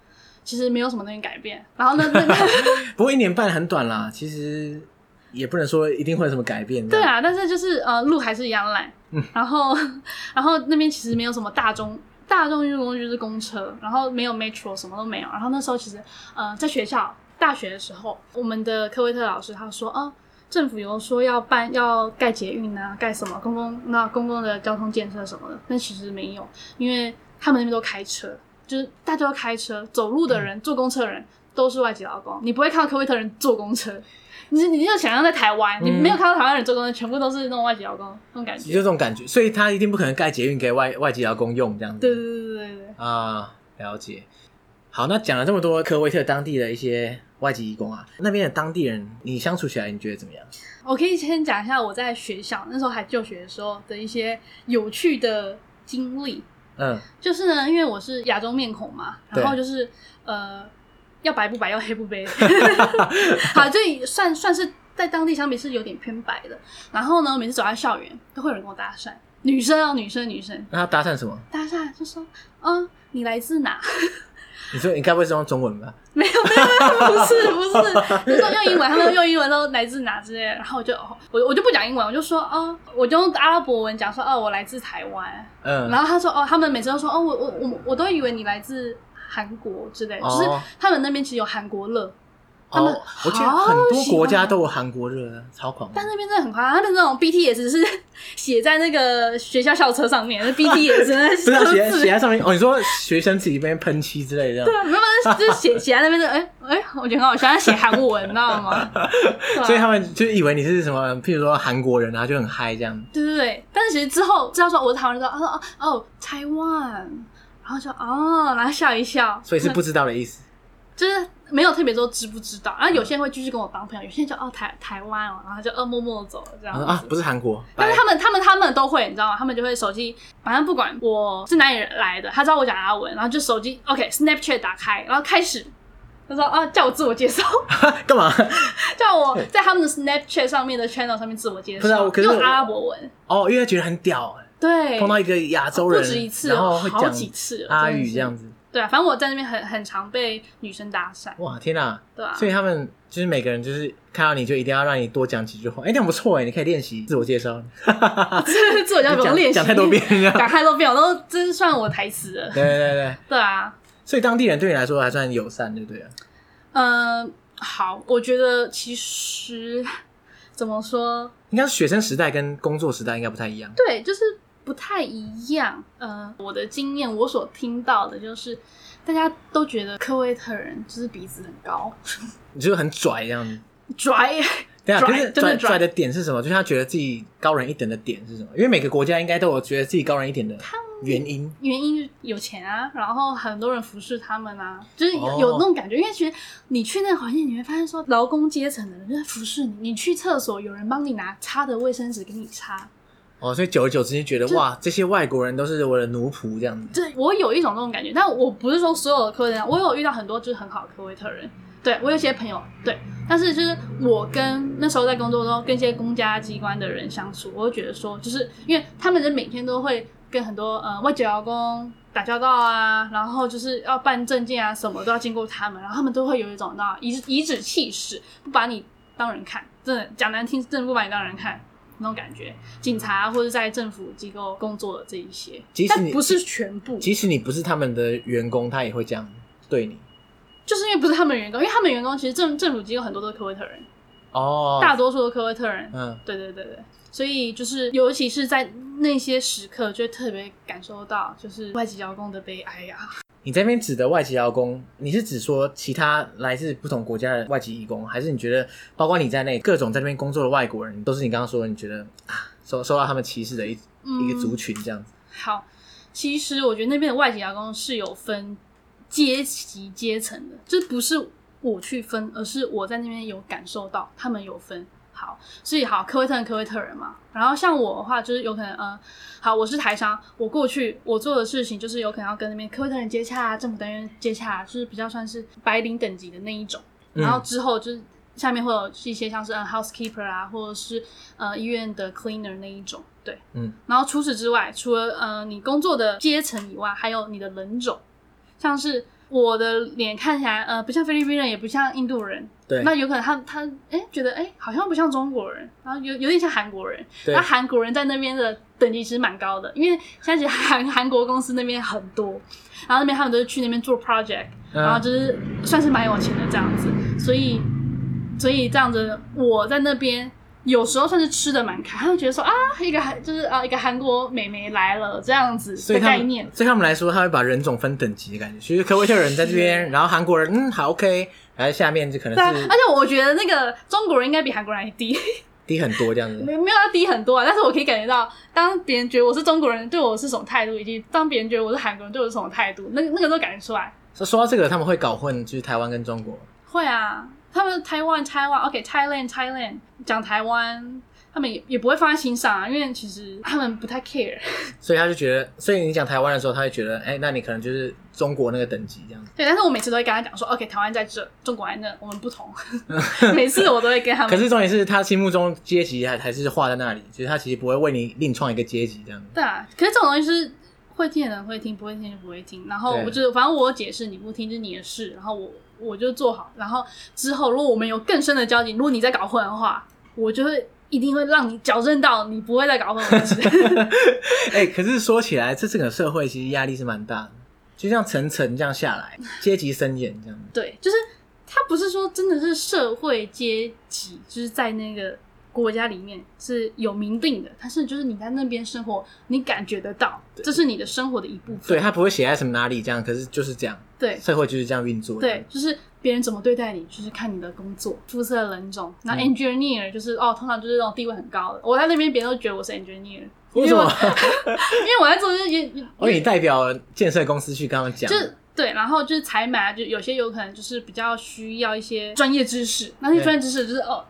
Speaker 2: 其实没有什么东西改变。然后那那那
Speaker 1: 不过一年半很短啦，其实也不能说一定会有什么改变。
Speaker 2: 对，啊，但是就是呃路还是一样烂，
Speaker 1: 嗯
Speaker 2: 然后 然后那边其实没有什么大众大众运输工具就是公车，然后没有 metro 什么都没有。然后那时候其实呃在学校大学的时候，我们的科威特老师他说哦。政府有说要办要盖捷运啊，盖什么公共那公共的交通建设什么的，但其实没有，因为他们那边都开车，就是大家都开车，走路的人、坐公车的人都是外籍劳工，你不会看到科威特人坐公车。你你就想象在台湾，你
Speaker 1: 嗯
Speaker 2: 没有看到台湾人坐公车，全部都是那种外籍劳工那种感
Speaker 1: 就
Speaker 2: 觉。
Speaker 1: 这种感觉，所以他一定不可能盖捷运给外外籍劳工用这样子。
Speaker 2: 对对对对对对，
Speaker 1: 啊，了解。好，那讲了这么多科威特当地的一些外籍义工啊，那边的当地人，你相处起来你觉得怎么样？
Speaker 2: 我可以先讲一下我在学校那时候还就学的时候的一些有趣的经历。
Speaker 1: 嗯，
Speaker 2: 就是呢，因为我是亚洲面孔嘛，
Speaker 1: 对
Speaker 2: 然后就是呃，要白不白，要黑不 黑， 好，就算算是在当地相比是有点偏白的。然后呢，每次走在校园，都会有人跟我搭讪，女生哦，女生女生
Speaker 1: 那他搭讪什么？
Speaker 2: 搭讪就说，嗯，你来自哪？
Speaker 1: 你说你该不会是用中文吧？
Speaker 2: 没有没有，不是不是，就说用英文，他们用英文都来自哪之类的。然后我就哦我我就不讲英文，我就说哦，我就用阿拉伯文讲说哦，我来自台湾。
Speaker 1: 嗯，
Speaker 2: 然后他说哦，他们每次都说哦，我我我我都以为你来自韩国之类的，
Speaker 1: 哦
Speaker 2: 就是他们那边其实有韩国乐，他们
Speaker 1: 哦，我记得很多国家都有韩国热的，超狂的。
Speaker 2: 但那边真的很夸张，他们那种 BTS 是写在那个学校校车上面，那 BTS 那
Speaker 1: 不是啊写在写
Speaker 2: 字，
Speaker 1: 在上 面哦，你说学生自己被喷漆之类的这样，
Speaker 2: 没有，没有就是写写在那边的，哎、哎、我觉得很好笑，他写韩文，你知道 吗？对啊
Speaker 1: 所以他们就以为你是什么，譬如说韩国人啊，就很嗨这样。
Speaker 2: 对对对，但是其实之后知道说我是台湾人之后，他说哦哦台湾，然后就哦，然后笑一笑，
Speaker 1: 所以是不知道的意 思。
Speaker 2: 就是没有特别说知不知道，然后有些人会继续跟我当朋友，有些人就哦台台湾哦，然后就呃默默地走这样
Speaker 1: 然
Speaker 2: 子
Speaker 1: 后啊，不是韩国，
Speaker 2: 但是
Speaker 1: 拜
Speaker 2: 他们他们他们都会，你知道吗？他们就会手机，反正不管我是哪里来的，他知道我讲阿文，然后就手机 OK Snapchat 打开，然后开始。他说啊，叫我自我介绍，
Speaker 1: 干嘛？
Speaker 2: 叫我在他们的 Snapchat 上面的 channel 上面自我介
Speaker 1: 不是啊
Speaker 2: 绍，
Speaker 1: 我可是
Speaker 2: 用
Speaker 1: 我
Speaker 2: 阿拉伯文，
Speaker 1: 哦，因为觉得很屌，
Speaker 2: 对，哦
Speaker 1: 碰到一个亚洲
Speaker 2: 不
Speaker 1: 人，
Speaker 2: 止一次了，
Speaker 1: 然后会
Speaker 2: 好
Speaker 1: 讲
Speaker 2: 几次了
Speaker 1: 阿
Speaker 2: 真的
Speaker 1: 语
Speaker 2: 是
Speaker 1: 这样子。
Speaker 2: 对啊，反正我在那边很很常被女生搭讪，
Speaker 1: 哇，天哪！
Speaker 2: 对啊，
Speaker 1: 所以他们就是每个人就是看到你就一定要让你多讲几句话。哎，那样不错哎，你可以练习自我介 绍，
Speaker 2: 自我介绍不 用
Speaker 1: 讲
Speaker 2: 练习，
Speaker 1: 讲太多遍，这样。
Speaker 2: 讲太多遍，我都真是算我台词了。
Speaker 1: 对对对对，
Speaker 2: 对啊，
Speaker 1: 所以当地人对你来说还算友善，对不对啊了？
Speaker 2: 嗯、好，我觉得其实怎么说，
Speaker 1: 应该是学生时代跟工作时代应该不太一样。
Speaker 2: 对，就是不太一样。呃，我的经验，我所听到的就是，大家都觉得科威特人就是鼻子很高，
Speaker 1: 你就是很拽这样子。
Speaker 2: 拽，
Speaker 1: 对啊，
Speaker 2: 拽
Speaker 1: 可是
Speaker 2: 真
Speaker 1: 拽
Speaker 2: 的拽
Speaker 1: 拽的点是什么？就是他觉得自己高人一等的点是什么？因为每个国家应该都有觉得自己高人一等的原因。
Speaker 2: 原因就是有钱啊，然后很多人服侍他们啊，就是有、
Speaker 1: 哦
Speaker 2: 有那种感觉。因为其实你去那个环境，你会发现说，劳工阶层的人就在服侍你。你去厕所，有人帮你拿擦的卫生纸给你擦。
Speaker 1: 哦，所以久而久之就觉得哇，这些外国人都是我的奴仆这样子。
Speaker 2: 对我有一种那种感觉，但我不是说所有的科威特人，我有遇到很多就是很好的科威特人，对我有一些朋友对，但是就是我跟那时候在工作中跟一些公家机关的人相处，我会觉得说，就是因为他们人每天都会跟很多呃外籍劳工打交道啊，然后就是要办证件啊，什么都要经过他们，然后他们都会有一种那颐颐指气使，不把你当人看，真的讲难听，真的不把你当人看。那种感觉，警察或者在政府机构工作的这一些，
Speaker 1: 即使
Speaker 2: 但
Speaker 1: 你
Speaker 2: 不是全部，
Speaker 1: 即使你不是他们的员工，他也会这样对你。
Speaker 2: 就是因为不是他们员工，因为他们员工其实政政府机构很多都是科威特人，
Speaker 1: 哦，
Speaker 2: 大多数都是科威特人。
Speaker 1: 嗯，
Speaker 2: 对对对对，所以就是尤其是在那些时刻，就会特别感受到就是外籍劳工的悲哀啊。
Speaker 1: 你这边指的外籍劳工，你是指说其他来自不同国家的外籍义工，还是你觉得包括你在内各种在那边工作的外国人，都是你刚刚说的你觉得啊受受到他们歧视的一、
Speaker 2: 嗯
Speaker 1: 一个族群这样子？
Speaker 2: 好，其实我觉得那边的外籍劳工是有分阶级阶层的，这不是我去分，而是我在那边有感受到他们有分。好，所以好，科威特人科威特人嘛。然后像我的话，就是有可能，呃，好，我是台商，我过去我做的事情就是有可能要跟那边科威特人接洽啊，政府单位接洽啊，就是比较算是白领等级的那一种。
Speaker 1: 嗯
Speaker 2: 然后之后就是下面会有一些像是呃 housekeeper 啊，或者是呃医院的 cleaner 那一种，对，
Speaker 1: 嗯。
Speaker 2: 然后除此之外，除了呃你工作的阶层以外，还有你的人种，像是我的脸看起来呃不像菲律宾人，也不像印度人，
Speaker 1: 对，
Speaker 2: 那有可能他他哎觉得哎好像不像中国人，然后有有点像韩国人，
Speaker 1: 对
Speaker 2: 那韩国人在那边的等级其实蛮高的，因为现在其实韩韩国公司那边很多，然后那边他们都是去那边做 project。
Speaker 1: 嗯
Speaker 2: 然后就是算是蛮有钱的这样子，所以所以这样子我在那边有时候算是吃的蛮开，他们觉得说啊一个韩就是啊一个韩国美眉来了这样子
Speaker 1: 所
Speaker 2: 的
Speaker 1: 以他
Speaker 2: 概
Speaker 1: 们
Speaker 2: 念，
Speaker 1: 对他们来说，他会把人种分等级的感觉。其实科威特人在这边，然后韩国人嗯好 OK，然后下面就可
Speaker 2: 对啊，
Speaker 1: 能
Speaker 2: 而
Speaker 1: 是
Speaker 2: 且我觉得那个中国人应该比韩国人还低，
Speaker 1: 低很多这样子。
Speaker 2: 没没有他低很多啊，但是我可以感觉到，当别人觉得我是中国人对我是什么态度，以及当别人觉得我是韩国人对我是什么态度，那个那个都感觉出来。
Speaker 1: 说说到这个，他们会搞混，就是台湾跟中国。
Speaker 2: 会啊，他们台湾台湾 OK Thailand Thailand 讲台湾，他们也也不会放在心上啊，因为其实他们不太 care。
Speaker 1: 所以他就觉得，所以你讲台湾的时候，他会觉得，哎、那你可能就是中国那个等级这样子。
Speaker 2: 对，但是我每次都会跟他讲说 OK 台湾在这，中国在那，我们不同。 每次我都会跟他
Speaker 1: 可
Speaker 2: 们。
Speaker 1: 是重点是他心目中阶级还还是画在那里，就是他其实不会为你另创一个阶级这样 子。
Speaker 2: 对啊，可是这种东西是会听的人会听，不会听就不会听。然后
Speaker 1: 对
Speaker 2: 我就是反正我有解释你不听就是你的事，然后我我就做好。然后之后如果我们有更深的交集，如果你再搞混的话，我就会一定会让你矫正到你不会再搞混为止。
Speaker 1: 哎、可是说起来，这整个社会其实压力是蛮大的，就像层层这样下来，阶级森严这样子。
Speaker 2: 对，就是他不是说真的是社会阶级，就是在那个国家里面是有明定的，但是就是你在那边生活，你感觉得到，这是你的生活的一部
Speaker 1: 对
Speaker 2: 分。
Speaker 1: 他不会写在什么哪里这样，可是就是这样，
Speaker 2: 对
Speaker 1: 社会就是这样运作的。
Speaker 2: 对，就是别人怎么对待你，就是看你的工作、肤色、人种。那
Speaker 1: 嗯
Speaker 2: engineer 就是、哦，通常就是那种地位很高的。我在那边，别人都觉得我是 engineer，因
Speaker 1: 为什
Speaker 2: 我
Speaker 1: 么？
Speaker 2: 因为我在做这些，
Speaker 1: 我以你代表建设公司去跟他们讲，
Speaker 2: 就是对，然后就是采买啊，就有些有可能就是比较需要一些专业知识，那些专业知识就是哦，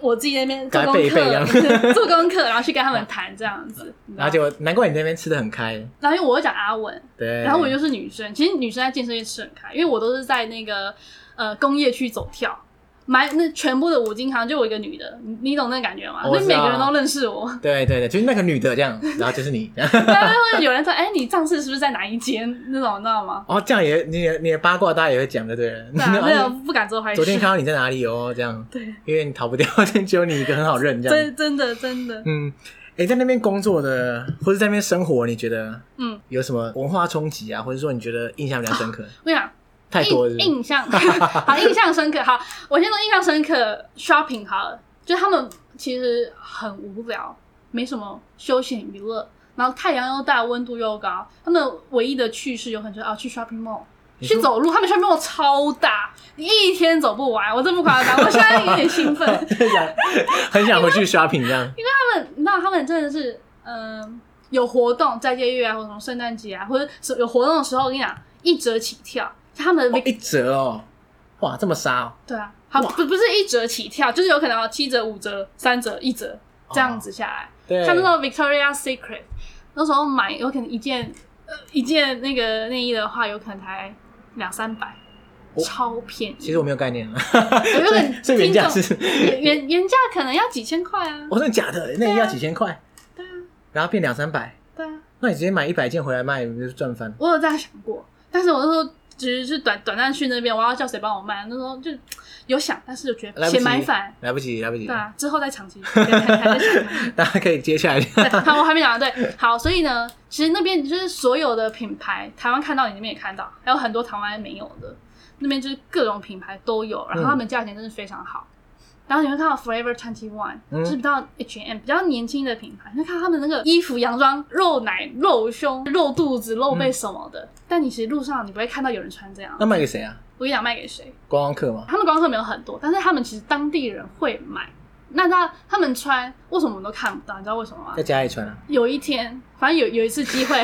Speaker 2: 我自己在那边做
Speaker 1: 赶
Speaker 2: 功
Speaker 1: 快
Speaker 2: 课，
Speaker 1: 背一背这
Speaker 2: 做功课，然后去跟他们谈这样子，
Speaker 1: 然后结果难怪你那边吃的很开，
Speaker 2: 然后因为我又讲阿文，
Speaker 1: 对。
Speaker 2: 然后我又是女生，其实女生在健身业吃很开，因为我都是在那个呃工业区走跳。买那全部的五金行就我一个女的，你你懂那个感觉吗？
Speaker 1: 哦我
Speaker 2: 那
Speaker 1: 知
Speaker 2: 每个
Speaker 1: 道
Speaker 2: 人都认识我，
Speaker 1: 对对对，就是那个女的这样，然后就是你，
Speaker 2: 大家会有人说：“哎、你上次是不是在哪一间？”那种你知 道吗？
Speaker 1: 哦，这样也你的你的八卦大家也会讲的，对了。
Speaker 2: 对 啊，那个
Speaker 1: 哦
Speaker 2: 不敢做坏事。
Speaker 1: 昨天看到你在哪里哦，这样，
Speaker 2: 对，
Speaker 1: 因为你逃不掉， 只有你一个很好认这样。
Speaker 2: 真真的真的，
Speaker 1: 嗯，哎，在那边工作的，或者在那边生活，你觉得
Speaker 2: 嗯，
Speaker 1: 有什么文化冲击啊？或者说你觉得印象比较深刻？
Speaker 2: 我想
Speaker 1: 太多了是
Speaker 2: 印
Speaker 1: 不是
Speaker 2: 印象好，印象深刻。好，我先说印象深刻 shopping 好了，就是他们其实很无聊，没什么休闲娱乐，然后太阳又大，温度又高，他们唯一的趣事有可能就是啊去 shopping mall。
Speaker 1: 你说
Speaker 2: 去走路，他们 shopping mall 超大，你一天走不完，我真不夸张，我现在有点兴奋。
Speaker 1: 很 想很想回去 shopping 这样。
Speaker 2: 他们，你知道他们真的是，嗯、有活动，在节月啊，或者什么圣诞节啊，或者是有活动的时候，我跟你讲，一折起跳，他们的
Speaker 1: 哦一折哦，哇，这么杀哦，
Speaker 2: 对啊，好
Speaker 1: 哇
Speaker 2: 不不是一折起跳，就是有可能哦七折、五折、三折、一折这样子下来。
Speaker 1: 哦对，
Speaker 2: 像那种 Victoria Secret，那时候买有可能一件呃一件那个内衣的话，有可能才两三百，
Speaker 1: 哦
Speaker 2: 超便宜。
Speaker 1: 其实我没有概念 了，
Speaker 2: 有可能
Speaker 1: 所以原
Speaker 2: 听
Speaker 1: 价
Speaker 2: 众
Speaker 1: 是，
Speaker 2: 原原原价可能要几千块啊。
Speaker 1: 我真的假的？那要几千块，
Speaker 2: 对啊，
Speaker 1: 然后变两三百，
Speaker 2: 对啊，
Speaker 1: 那你直接买一百件回来卖，不就赚翻？
Speaker 2: 我有这样想过，但是我那时候只是短短暂去那边，我要叫谁帮我卖，那时候就有想，但是就觉
Speaker 1: 来不
Speaker 2: 得
Speaker 1: 及
Speaker 2: 嫌麻烦。
Speaker 1: 来不及，来不及
Speaker 2: 对。啊，之后再长期，还还在想。
Speaker 1: 大家可以接下来，
Speaker 2: 对好，我还没讲完。对，好，所以呢，其实那边就是所有的品牌，台湾看到你那边也看到，还有很多台湾没有的，那边就是各种品牌都有，然后他
Speaker 1: 嗯
Speaker 2: 们价钱真的非常好。然后你会看到 Forever Twenty One，、
Speaker 1: 嗯
Speaker 2: 就是比较 H&M 比较年轻的品牌，你会看到他们那个衣服、洋装、露奶、露胸、露肚子、露背什么的。但你其实路上你不会看到有人穿这样
Speaker 1: 嗯那。卖给谁啊？
Speaker 2: 我跟你讲，卖给谁？
Speaker 1: 观光客吗？
Speaker 2: 他们观光客没有很多，但是他们其实当地人会买。那那他们穿为什么我们都看不到？你知道为什么吗
Speaker 1: 在？家里穿啊？
Speaker 2: 有一天，反正有有一次机会，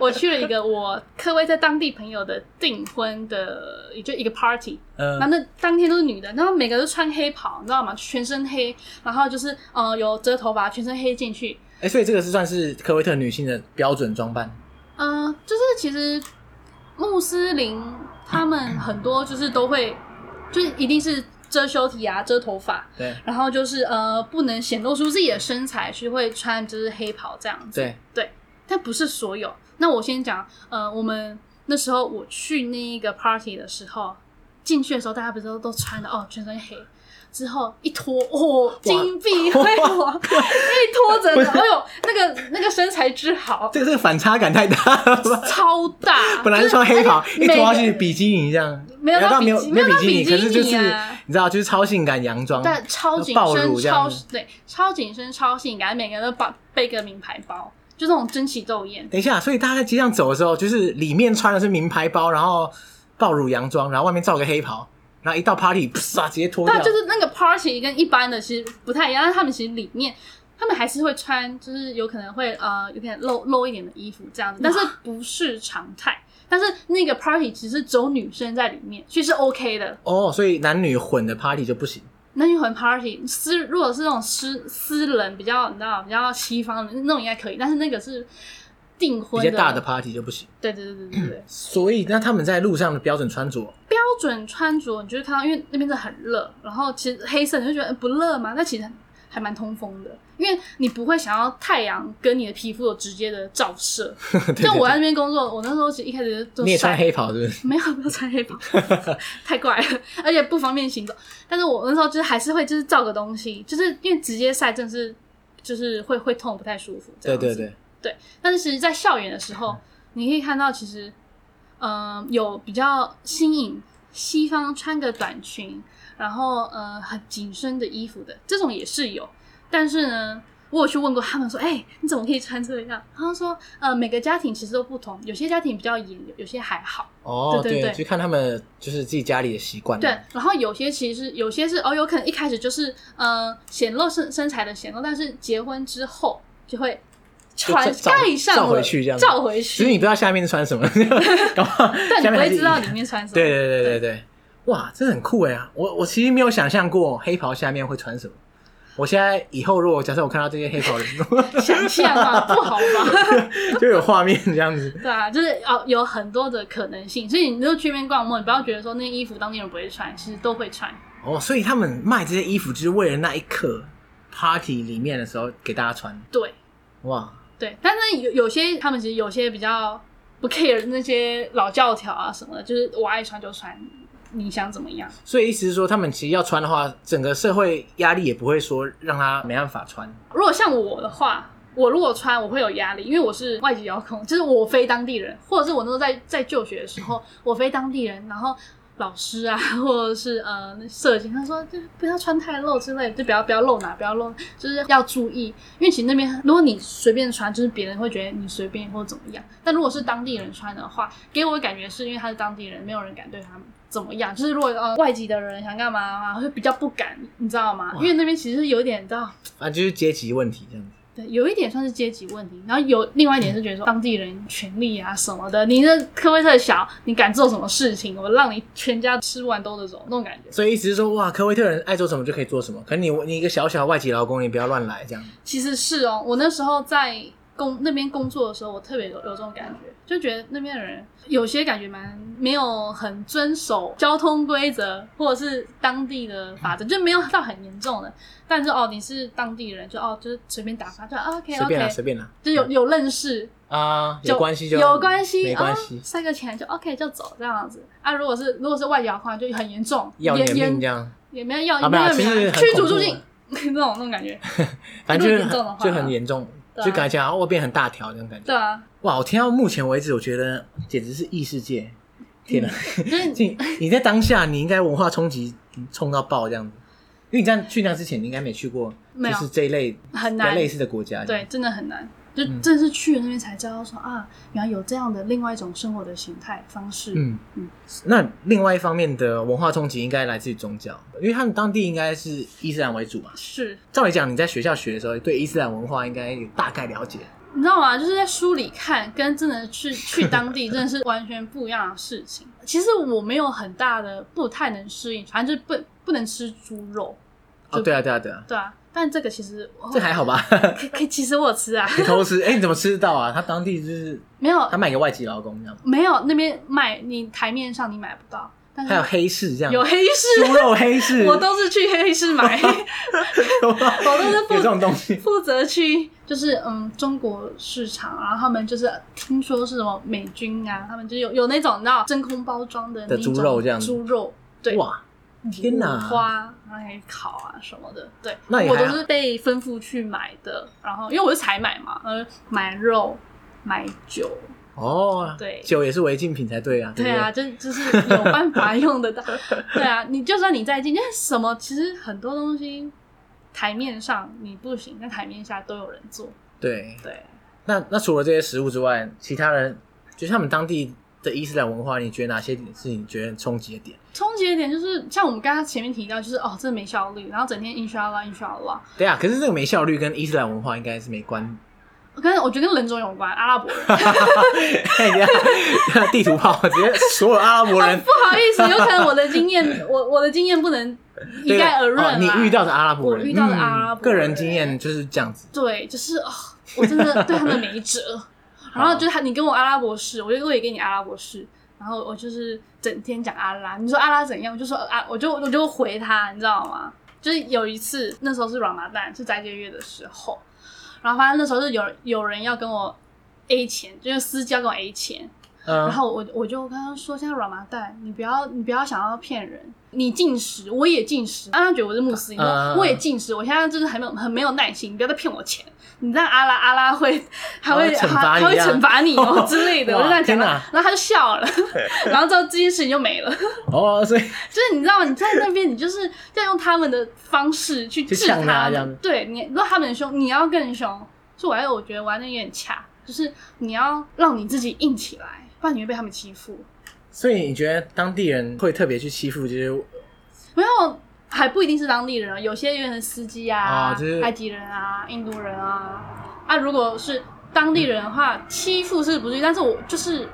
Speaker 2: 我去了一个我科威在当地朋友的订婚的，也就一个 party。
Speaker 1: 嗯
Speaker 2: 那，那当天都是女的，然后每个都穿黑袍，你知道吗？全身黑，然后就是呃有遮头发，全身黑进去。
Speaker 1: 哎，所以这个是算是科威特女性的标准装扮。
Speaker 2: 嗯、就是其实穆斯林他们很多就是都会，就是一定是遮羞体啊，遮头发，
Speaker 1: 对
Speaker 2: 然后就是呃不能显露出自己的身材，是会穿就是黑袍这样子。
Speaker 1: 对，
Speaker 2: 但不是所有。那我先讲，呃，我们那时候我去那一个 party 的时候，进去的时候大家不是都都穿的哦，全身黑。之后一脱，哦，金碧辉煌，一脱整个，哎呦，那个那个身材之好，
Speaker 1: 这个这个反差感太大了 吧？
Speaker 2: 超 大。
Speaker 1: 本来是穿黑袍，
Speaker 2: 就是
Speaker 1: 一脱下
Speaker 2: 每
Speaker 1: 去
Speaker 2: 个
Speaker 1: 比基尼这样，哎
Speaker 2: 没有到
Speaker 1: 没有
Speaker 2: 比基
Speaker 1: 没有
Speaker 2: 没有到
Speaker 1: 基尼，
Speaker 2: 比基
Speaker 1: 可是就是
Speaker 2: 尼啊
Speaker 1: 你知道，就是超性感洋装，
Speaker 2: 但超紧
Speaker 1: 暴
Speaker 2: 身、
Speaker 1: 乳这样
Speaker 2: 超对超紧身、超性感，每个人都包背个名牌包，就那种争奇斗艳。
Speaker 1: 等一下，所以大家在街上走的时候，就是里面穿的是名牌包，然后暴乳洋装，然后外面罩个黑袍，然后一到 party，啪，直接脱掉。
Speaker 2: 对，啊就是那个 party 跟一般的其实不太一样，但他们其实里面他们还是会穿，就是有可能会呃有点露露一点的衣服这样子，但是不是常态。但是那个 party 其实只有女生在里面，其实是 OK 的。
Speaker 1: 哦，所以男女混的 party 就不行。
Speaker 2: 那一混 party 私如果是那种私私人比较你知道比较西方的那种应该可以，但是那个是
Speaker 1: 比
Speaker 2: 订婚
Speaker 1: 较大的 party 就不行，
Speaker 2: 对对对对对对。
Speaker 1: 所以那他们在路上的标准穿着，
Speaker 2: 标准穿着，你就会看到，因为那边真的很热，然后其实黑色你就觉得呃不热吗？但其实还蛮通风的，因为你不会想要太阳跟你的皮肤有直接的照射。
Speaker 1: 对对
Speaker 2: 像我在
Speaker 1: 对
Speaker 2: 那边工作，我那时候其实一开始就
Speaker 1: 你也穿
Speaker 2: 晒
Speaker 1: 黑袍是不是？
Speaker 2: 没有没有穿黑袍， 太怪了，而且不方便行走。但是我那时候就是还是会就是照个东西，就是因为直接晒真的是就是会会痛不太舒服。这
Speaker 1: 对
Speaker 2: 样子
Speaker 1: 对对，
Speaker 2: 但是其实，在呃校园的时候，你可以看到，其实，嗯、有比较新颖西方穿个短裙，然后呃很紧身的衣服的，这种也是有。但是呢，我有去问过他们说，哎、你怎么可以穿这样？他们说，呃，每个家庭其实都不同，有些家庭比较严，有些还好。
Speaker 1: 哦，
Speaker 2: 对对对
Speaker 1: 就看他们就是自己家里的习惯。啊
Speaker 2: 对，然后有些其实有些是哦，有可能一开始就是呃显露身身材的显露，但是结婚之后就会
Speaker 1: 就
Speaker 2: 穿
Speaker 1: 照
Speaker 2: 盖上
Speaker 1: 照
Speaker 2: 了
Speaker 1: 回去这样子
Speaker 2: 照回
Speaker 1: 只是你
Speaker 2: 去，
Speaker 1: 不知道下面穿 什么，搞不好
Speaker 2: 但你
Speaker 1: 下
Speaker 2: 不
Speaker 1: 面还
Speaker 2: 会
Speaker 1: 是
Speaker 2: 知道
Speaker 1: 一
Speaker 2: 里面穿什么。
Speaker 1: 对对对对
Speaker 2: 对
Speaker 1: 对，哇，这很酷哎、啊！我我其实没有想象过黑袍下面会穿什么。我现在以后如果假设我看到这些黑袍人，
Speaker 2: 想象啊嘛，不好吧？
Speaker 1: 就有画面这样子。
Speaker 2: 对啊，就是哦，有很多的可能性，所以你就去那边逛逛，你不要觉得说那衣服当地人不会穿，其实都会穿。
Speaker 1: 哦，所以他们卖这些衣服就是为了那一刻 party 里面的时候给大家穿。
Speaker 2: 对
Speaker 1: 哇，
Speaker 2: 对，但是有有些他们其实有些比较不 care 那些老教条啊什么的，就是我爱穿就穿，你想怎么样？
Speaker 1: 所以意思是说，他们其实要穿的话，整个社会压力也不会说让他没办法穿。
Speaker 2: 如果像我的话，我如果穿我会有压力，因为我是外籍遥控， 就是我非当地人，或者是我呃那时候在在就学的时候，我非当地人，然后老师啊，或者是呃社警，他说就不要穿太露之类的，就不要不要露哪，不要露，就是要注意，因为其实那边如果你随便穿，就是别人会觉得你随便或怎么样，但如果是当地人穿的话，给我的感觉是因为他是当地人，没有人敢对他们。怎么样？就是如果呃外籍的人想干嘛啊，会比较不敢，你知道吗？因为那边其实有点到
Speaker 1: 啊，就是阶级问题这样子。
Speaker 2: 对，有一点算是阶级问题，然后有另外一点是觉得说当地人权利啊什么的，你这科威特小，你敢做什么事情，我让你全家吃完兜着走那种感觉。
Speaker 1: 所以意思是说，哇，科威特人爱做什么就可以做什么。可是你你一个小小的外籍劳工，你不要乱来这样。
Speaker 2: 其实是哦，我那时候在工那边工作的时候，我特别有有这种感觉，就觉得那边的人有些感觉蛮没有很遵守交通规则，或者是当地的法则，就没有到很严重的。但是哦，你是当地人，就哦就是随便打发，就 OK
Speaker 1: 随便啦，啊随
Speaker 2: 哎 OK，
Speaker 1: 便嗯啦。
Speaker 2: 就有有认识，
Speaker 1: 啊，
Speaker 2: 就
Speaker 1: 有关系就
Speaker 2: 有关系，
Speaker 1: 没关系
Speaker 2: 啊，塞个钱就 OK 就走这样子啊。如果是如果是外交款就很严重，
Speaker 1: 要你的
Speaker 2: 也
Speaker 1: 命这
Speaker 2: 也
Speaker 1: 样，
Speaker 2: 也没有要
Speaker 1: 啊
Speaker 2: 没
Speaker 1: 没有
Speaker 2: 有
Speaker 1: 其实
Speaker 2: 没有
Speaker 1: 很
Speaker 2: 驱逐
Speaker 1: 恐怖啊
Speaker 2: 出境 那种那种感觉，
Speaker 1: 反正就是
Speaker 2: 如果严重的
Speaker 1: 很
Speaker 2: 话
Speaker 1: 就很严重，
Speaker 2: 对啊
Speaker 1: 就感觉好像会变很大条这种感觉。
Speaker 2: 对啊，
Speaker 1: 哇，我听到目前为止，我觉得简直是异世界，天哪！
Speaker 2: 嗯就是
Speaker 1: 你你在当下，你应该文化冲击冲到爆这样子，因为你这样去那之前，你应该没去过，
Speaker 2: 没
Speaker 1: 就
Speaker 2: 有
Speaker 1: 是这一类
Speaker 2: 很
Speaker 1: 比较
Speaker 2: 难，
Speaker 1: 类似的嗯国家。
Speaker 2: 对，，真的很难。就正是去了那边才知道说啊，原来有这样的另外一种生活的形态方式。
Speaker 1: 嗯
Speaker 2: 嗯
Speaker 1: 那另外一方面的文化冲击应该来自于宗教，因为他们当地应该是伊斯兰为主嘛。
Speaker 2: 是，
Speaker 1: 照理讲，你在学校学的时候，对伊斯兰文化应该有大概了解。
Speaker 2: 你知道吗？就是在书里看，跟真的去去当地，真的是完全不一样的事情。其实我没有很大的不太能适应，反正就是不不能吃猪肉，
Speaker 1: 哦，
Speaker 2: 就哦
Speaker 1: 对啊，对啊，对啊，
Speaker 2: 对啊。但这个其实我
Speaker 1: 这还好吧？
Speaker 2: 可以可以，其实我有吃啊，
Speaker 1: 你偷吃？哎、你怎么吃得到啊？他当地就是
Speaker 2: 没有
Speaker 1: 他卖给外籍劳工这样，
Speaker 2: 没有那边卖，你台面上你买不到，但是
Speaker 1: 还有黑市这样，
Speaker 2: 有黑
Speaker 1: 猪
Speaker 2: 市，
Speaker 1: 肉黑市，
Speaker 2: 我都是去黑市买。
Speaker 1: 有吗
Speaker 2: 我都是不
Speaker 1: 有这种东西。
Speaker 2: 负责去就是嗯中国市场，然后他们就是听说是什么美军啊，他们就有有那种你知道真空包装的那
Speaker 1: 的猪
Speaker 2: 种
Speaker 1: 肉这样子
Speaker 2: 猪肉对，
Speaker 1: 哇，天哪
Speaker 2: 五花然后还烤啊什么的，对，
Speaker 1: 那也
Speaker 2: 我
Speaker 1: 还
Speaker 2: 都
Speaker 1: 好
Speaker 2: 是被吩咐去买的，然后因为我是采买嘛，呃，买肉买酒，
Speaker 1: 哦，
Speaker 2: 对
Speaker 1: 酒也是违禁品才对啊，
Speaker 2: 对
Speaker 1: 不
Speaker 2: 啊，
Speaker 1: 对？
Speaker 2: 这就是有办法 用得到。对啊，你就算你再进，因为什么，其实很多东西台面上你不行，但台面下都有人做。
Speaker 1: 对，
Speaker 2: 对，
Speaker 1: 那那除了这些食物之外，其他人就是他们当地的伊斯兰文化，你觉得哪些是你觉得冲击的点？
Speaker 2: 冲击的点就是像我们刚刚前面提到，就是哦，真的没效率，然后整天 inshallah inshallah。
Speaker 1: 对啊，可是这个没效率跟伊斯兰文化应该是没关。
Speaker 2: 跟我觉得跟人种有关，阿拉伯人。
Speaker 1: 看一下啊地图炮，直接所有阿拉伯人
Speaker 2: 啊不好意思，有可能我的经验，我我的经验不能一
Speaker 1: 对
Speaker 2: 概而论、
Speaker 1: 哦
Speaker 2: 啦。
Speaker 1: 你遇到的阿拉伯人，
Speaker 2: 我遇到的阿拉伯人
Speaker 1: 嗯个人经验就是这样子。
Speaker 2: 对，就是哦，我真的对他们没辙。然后就是他，你跟我阿拉伯式，我就我也跟你阿拉伯式。然后我就是整天讲阿拉，你说阿拉怎样，我就说啊，我就我就回他，你知道吗？就是有一次，那时候是软麻蛋，是斋戒月的时候，然后反正那时候是有有人要跟我 A 钱，就是私交跟我 A 钱，
Speaker 1: 嗯
Speaker 2: 然后我我就跟他说，现在软麻袋，你不要你不要想要骗人，你进食，我也进食。啊，他觉得我是穆斯林，
Speaker 1: 嗯
Speaker 2: 我也进食，我现在就是很没有很没有耐心，你不要再骗我钱，你这样阿拉阿拉会还会
Speaker 1: 哦他会惩罚
Speaker 2: 还
Speaker 1: 你
Speaker 2: 还会
Speaker 1: 啊
Speaker 2: 惩罚你 哦之类的，我就这样讲
Speaker 1: 天
Speaker 2: 了，
Speaker 1: 哪
Speaker 2: 然后他就 笑了，然后之后这件事情就没了。
Speaker 1: 哦，所以
Speaker 2: 就是你知道吗？你在那边，你就是要用他们的方式去
Speaker 1: 去
Speaker 2: 治
Speaker 1: 呛他
Speaker 2: 他
Speaker 1: 这样
Speaker 2: 们。对你，如果他们很凶，你要更凶。所以我还我觉得玩的有点卡，就是你要让你自己硬起来，不然你会被他们欺负。
Speaker 1: 所以你觉得当地人会特别去欺负，就是
Speaker 2: 没有，还不一定是当地人哦，有些有是司机啊、
Speaker 1: 啊就是
Speaker 2: 埃及人啊、印度人啊。啊，如果是当地人的话，欺负是不至于，但是我就是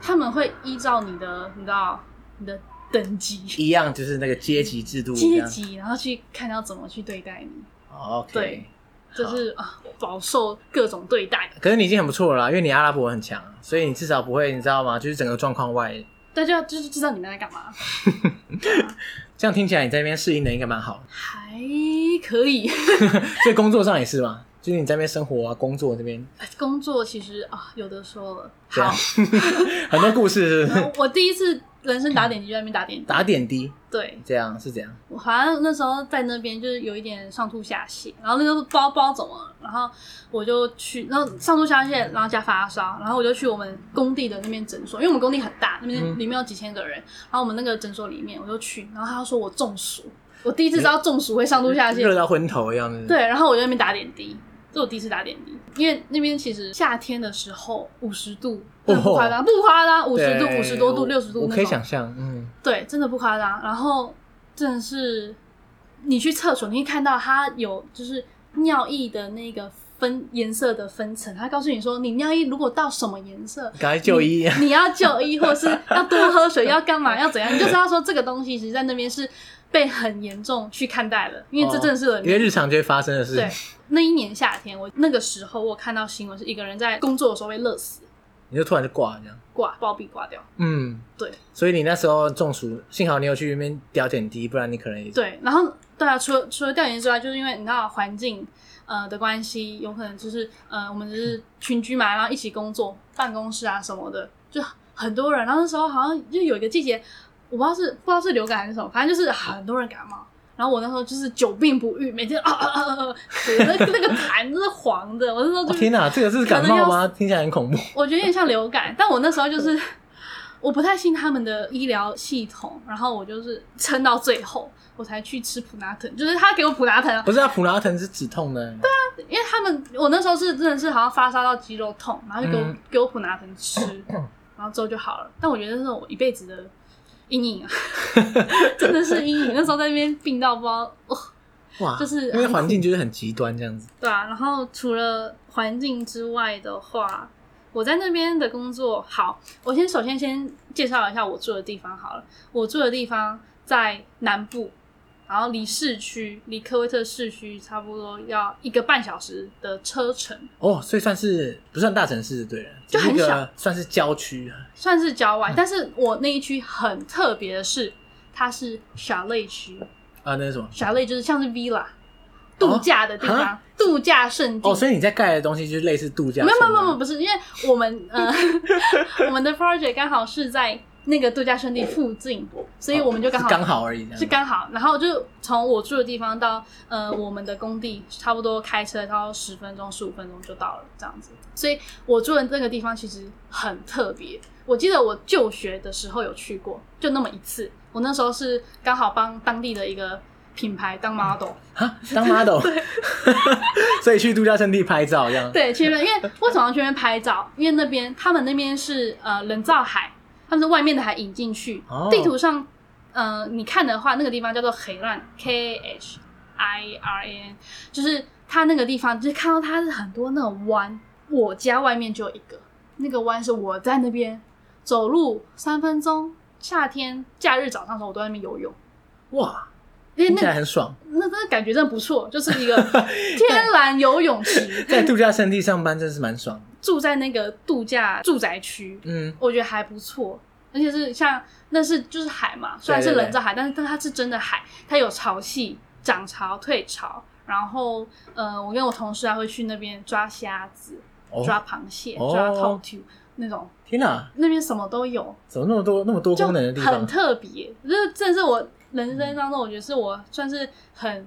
Speaker 2: 他们会依照你的，你知道你的等级、
Speaker 1: 一样，就是那个阶级制度这
Speaker 2: 阶
Speaker 1: 样。
Speaker 2: 级，然后去看要怎么去对待你。
Speaker 1: 哦，OK。
Speaker 2: 对就是啊，饱受各种对待。
Speaker 1: 可是你已经很不错了啦，因为你阿拉伯文很强，所以你至少不会，你知道吗？就是整个状况外，
Speaker 2: 大家就是知道你们在干嘛，
Speaker 1: 这样听起来你在那边适应的应该蛮好的。
Speaker 2: 还可以。
Speaker 1: 所以工作上也是嘛，就是你在那边生活啊，工作这 边
Speaker 2: 工作其实啊，有的说了。
Speaker 1: 这样
Speaker 2: 好，
Speaker 1: 很多故事 是不
Speaker 2: 然
Speaker 1: 是
Speaker 2: 后我第一次人生打点滴就在那边打点滴，
Speaker 1: 打点滴，
Speaker 2: 对，
Speaker 1: 这样是这样。
Speaker 2: 我好像那时候在那边就是有一点上吐下泻，然后那个包包怎么了，然后我就去，然后上吐下泻，然后加发烧，然后我就去我们工地的那边诊所，因为我们工地很大，那边
Speaker 1: 嗯
Speaker 2: 里面有几千个人，然后我们那个诊所里面我就去，然后他说我中暑，我第一次知道中暑会上吐下泻，
Speaker 1: 热到昏头一样的。
Speaker 2: 对，然后我就在那边打点滴，这我第一次打点滴，因为那边其实夏天的时候五十度，真的不夸张，不夸张，五
Speaker 1: 哦对，
Speaker 2: 十度、五十多度、
Speaker 1: 我
Speaker 2: 六十度
Speaker 1: 我可
Speaker 2: 那
Speaker 1: 以想
Speaker 2: 种，
Speaker 1: 象，嗯，
Speaker 2: 对，真的不夸张。然后真的是，你去厕所，你会看到它有就是尿液的那个分颜色的分层，它告诉你说，你尿液如果到什么颜 色，
Speaker 1: 赶快就医。
Speaker 2: 你要就医，或者是要多喝水，要干嘛，要怎样，你就知道说这个东西其实在那边是被很严重去看待了，因为这
Speaker 1: 哦
Speaker 2: 真的是 很
Speaker 1: 因为日常就会发生的事
Speaker 2: 对，那一年夏天，我那个时候我看到新闻是一个人在工作的时候被热死，
Speaker 1: 你就突然就挂了这样。
Speaker 2: 挂包庇挂掉。
Speaker 1: 嗯，
Speaker 2: 对
Speaker 1: 所以你那时候中暑，幸好你有去那边吊点滴，不然你可能也
Speaker 2: 对，然后对啊，除了除了调研之外，就是因为你知道环境呃的关系，有可能就是呃我们就是群居嘛，然后一起工作，办公室啊什么的，就很多人。然后那时候好像就有一个季节，我不知道是不知道是流感还是什么，反正就是很多人感冒。然后我那时候就是久病不愈，每天啊啊啊啊，啊对那那个痰都是黄的，我那时候就
Speaker 1: 哦
Speaker 2: 是
Speaker 1: 天哪，这个是感
Speaker 2: 可能
Speaker 1: 冒
Speaker 2: 要
Speaker 1: 吗？听起来很 恐怖。
Speaker 2: 我觉得有点像流感，但我那时候就是 我不太信他们的医疗系统，然后我就是撑到最后，我才去吃普拿疼，就是他给我普拿疼，
Speaker 1: 不是啊，普拉疼是止痛的。对啊，
Speaker 2: 因为他们我那时候是真的是好像发烧到肌肉痛，然后就给我、
Speaker 1: 嗯
Speaker 2: 给我普拿疼吃，然后之后就好了。但我觉得那是我一辈子的阴影啊， 真的是阴影。那时候在那边病到不知道，哦、
Speaker 1: 哇，
Speaker 2: 就是
Speaker 1: 因为环境就是很极端这样子。
Speaker 2: 对啊，然后除了环境之外的话，我在那边的工作，好，我先首先先介绍一下我住的地方好了。我住的地方在南部，然后离市区，离科威特市区差不多要一个半小时的车程，
Speaker 1: 哦，所以算是不算大城市，对了，
Speaker 2: 就很
Speaker 1: 只是一个
Speaker 2: 小
Speaker 1: 算是郊区。
Speaker 2: 算是郊
Speaker 1: 嗯
Speaker 2: 外。但是我那一区很特别的是，它是小类区，
Speaker 1: 啊，那是什么？
Speaker 2: 小类就是像是 villa 度假的地方，
Speaker 1: 啊
Speaker 2: 度假胜地。
Speaker 1: 哦，所以你在盖的东西就是类似度假
Speaker 2: 没
Speaker 1: 村
Speaker 2: 有
Speaker 1: 啊，
Speaker 2: 没有没有，不是，因为我们 呃，我们的 project 刚好是在那个度假胜地附近，所以我们就刚好
Speaker 1: 哦是刚好而已这样。
Speaker 2: 是刚好，然后就从我住的地方到呃我们的工地，差不多开车到十分钟、十五分钟就到了，这样子。所以我住的那个地方其实很特别。我记得我就学的时候有去过，就那么一次。我那时候是刚好帮当地的一个品牌当 model，
Speaker 1: 啊，当 model，所以去度假胜地拍照这样。
Speaker 2: 对，去那边，因为为什么要去那边拍照？因为那边他们那边是呃人造海，他们是外面的海引进去。
Speaker 1: 哦
Speaker 2: 地图上，呃，你看的话，那个地方叫做黑乱 （K H I R A N），就是它那个地方，就是看到它是很多那种湾。我家外面就有一个，那个湾是我在那边走路三分钟，夏天假日早上的时候我都在那边游泳，
Speaker 1: 哇，
Speaker 2: 因为
Speaker 1: 听
Speaker 2: 那
Speaker 1: 起来
Speaker 2: 个
Speaker 1: 很爽。
Speaker 2: 那那感觉真的不错，就是 一个天然游泳池。
Speaker 1: 在度假胜地上班真是蛮爽的。
Speaker 2: 住在那个度假住宅区，
Speaker 1: 嗯，
Speaker 2: 我觉得还不错。而且是像那是就是海嘛，虽然是人造海，但是但它是真的海，它有潮汐、涨潮、退潮。然后啊呃，我跟我同事还会去那边抓虾子、
Speaker 1: 哦
Speaker 2: 抓螃蟹、
Speaker 1: 哦
Speaker 2: 抓头球，那种，
Speaker 1: 天哪，
Speaker 2: 那边什么都有，
Speaker 1: 怎么那么多那么多
Speaker 2: 就
Speaker 1: 功能的地方
Speaker 2: 很？特别。这这是我人生当中，我觉得是我算是很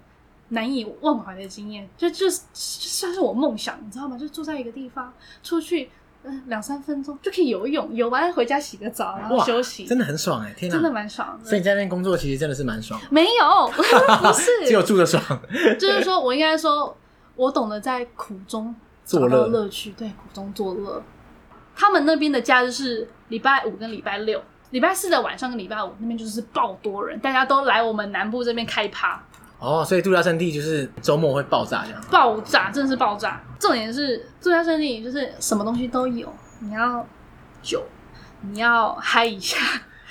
Speaker 2: 难以忘怀的经验，就就是算是我梦想，你知道吗？就住在一个地方，出去嗯两三分钟就可以游泳，游完回家洗个澡，然后
Speaker 1: 哇
Speaker 2: 休息，
Speaker 1: 真的很爽哎、天哪，
Speaker 2: 真的蛮爽
Speaker 1: 所以
Speaker 2: 的。
Speaker 1: 你在那边工作其实真的是蛮爽，
Speaker 2: 没有， 不
Speaker 1: 只有
Speaker 2: 是，
Speaker 1: 住的爽。
Speaker 2: 就是说我应该说，我懂得在苦中
Speaker 1: 作乐
Speaker 2: 找到乐趣，对，苦中作乐。他们那边的假日是礼拜五跟礼拜六，礼拜四的晚上跟礼拜五那边就是爆多人，大家都来我们南部这边开趴，
Speaker 1: 哦，所以度假胜地就是周末会爆炸这样。
Speaker 2: 爆炸，真的是爆炸。重点是度假胜地就是什么东西都有，你要酒，你要嗨 一下，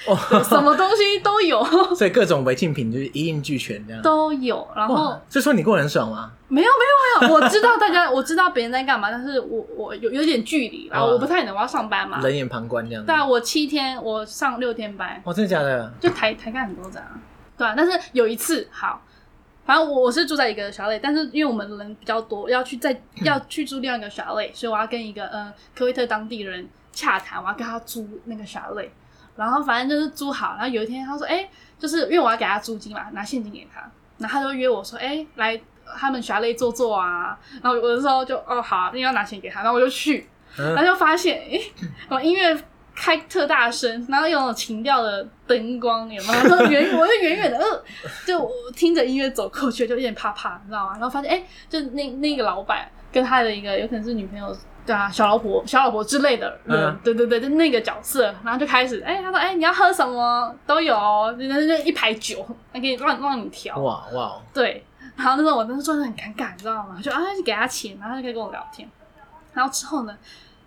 Speaker 1: 哦，
Speaker 2: 什么东西都有
Speaker 1: 所以各种违禁品就是一应俱全这样。
Speaker 2: 都有，啊然后
Speaker 1: 哇，所以说你过得很爽吗？
Speaker 2: 没有没有没有，我知道大家，我知道别人在干嘛，但是我我有有点距离啦，
Speaker 1: 啊
Speaker 2: 我不太能，我要上班嘛。
Speaker 1: 冷眼旁观这样。
Speaker 2: 但我七天，我上六天班，
Speaker 1: 哦，真的假的？
Speaker 2: 就台台干很多这样，对啊。但是有一次，好，反正我我是住在一个小类，但是因为我们人比较多，要去再要去住另外一个小类，所以我要跟一个呃科威特当地人洽谈，我要跟他租那个小类。然后反正就是租好，然后有一天他说，哎、就是因为我要给他租金嘛，拿现金给他，然后他就约我说，哎、来他们小类坐坐啊。然后我那时候就哦好啊，因为要拿钱给他，然后我就去，然
Speaker 1: 嗯，
Speaker 2: 后就发现，哎、我音乐开特大声，然后用那种情调的灯光，有没有？然后远，我就远远 的，呃，就我听着音乐走过去，就有点怕怕，你知道吗？然后发现，哎、就那那个老板跟他的一个有可能是女朋友。对啊，小老婆、小老婆之类的人，
Speaker 1: 嗯
Speaker 2: 对对对，就那个角色，然后就开始，哎、他说，哎、你要喝什么都有哦，那那那一排酒，还可以让让你调，
Speaker 1: 哇哇，
Speaker 2: 对，然后那时候我那时候状态很尴尬，你知道吗？就啊，就给他钱，然后他就跟我聊天，然后之后呢，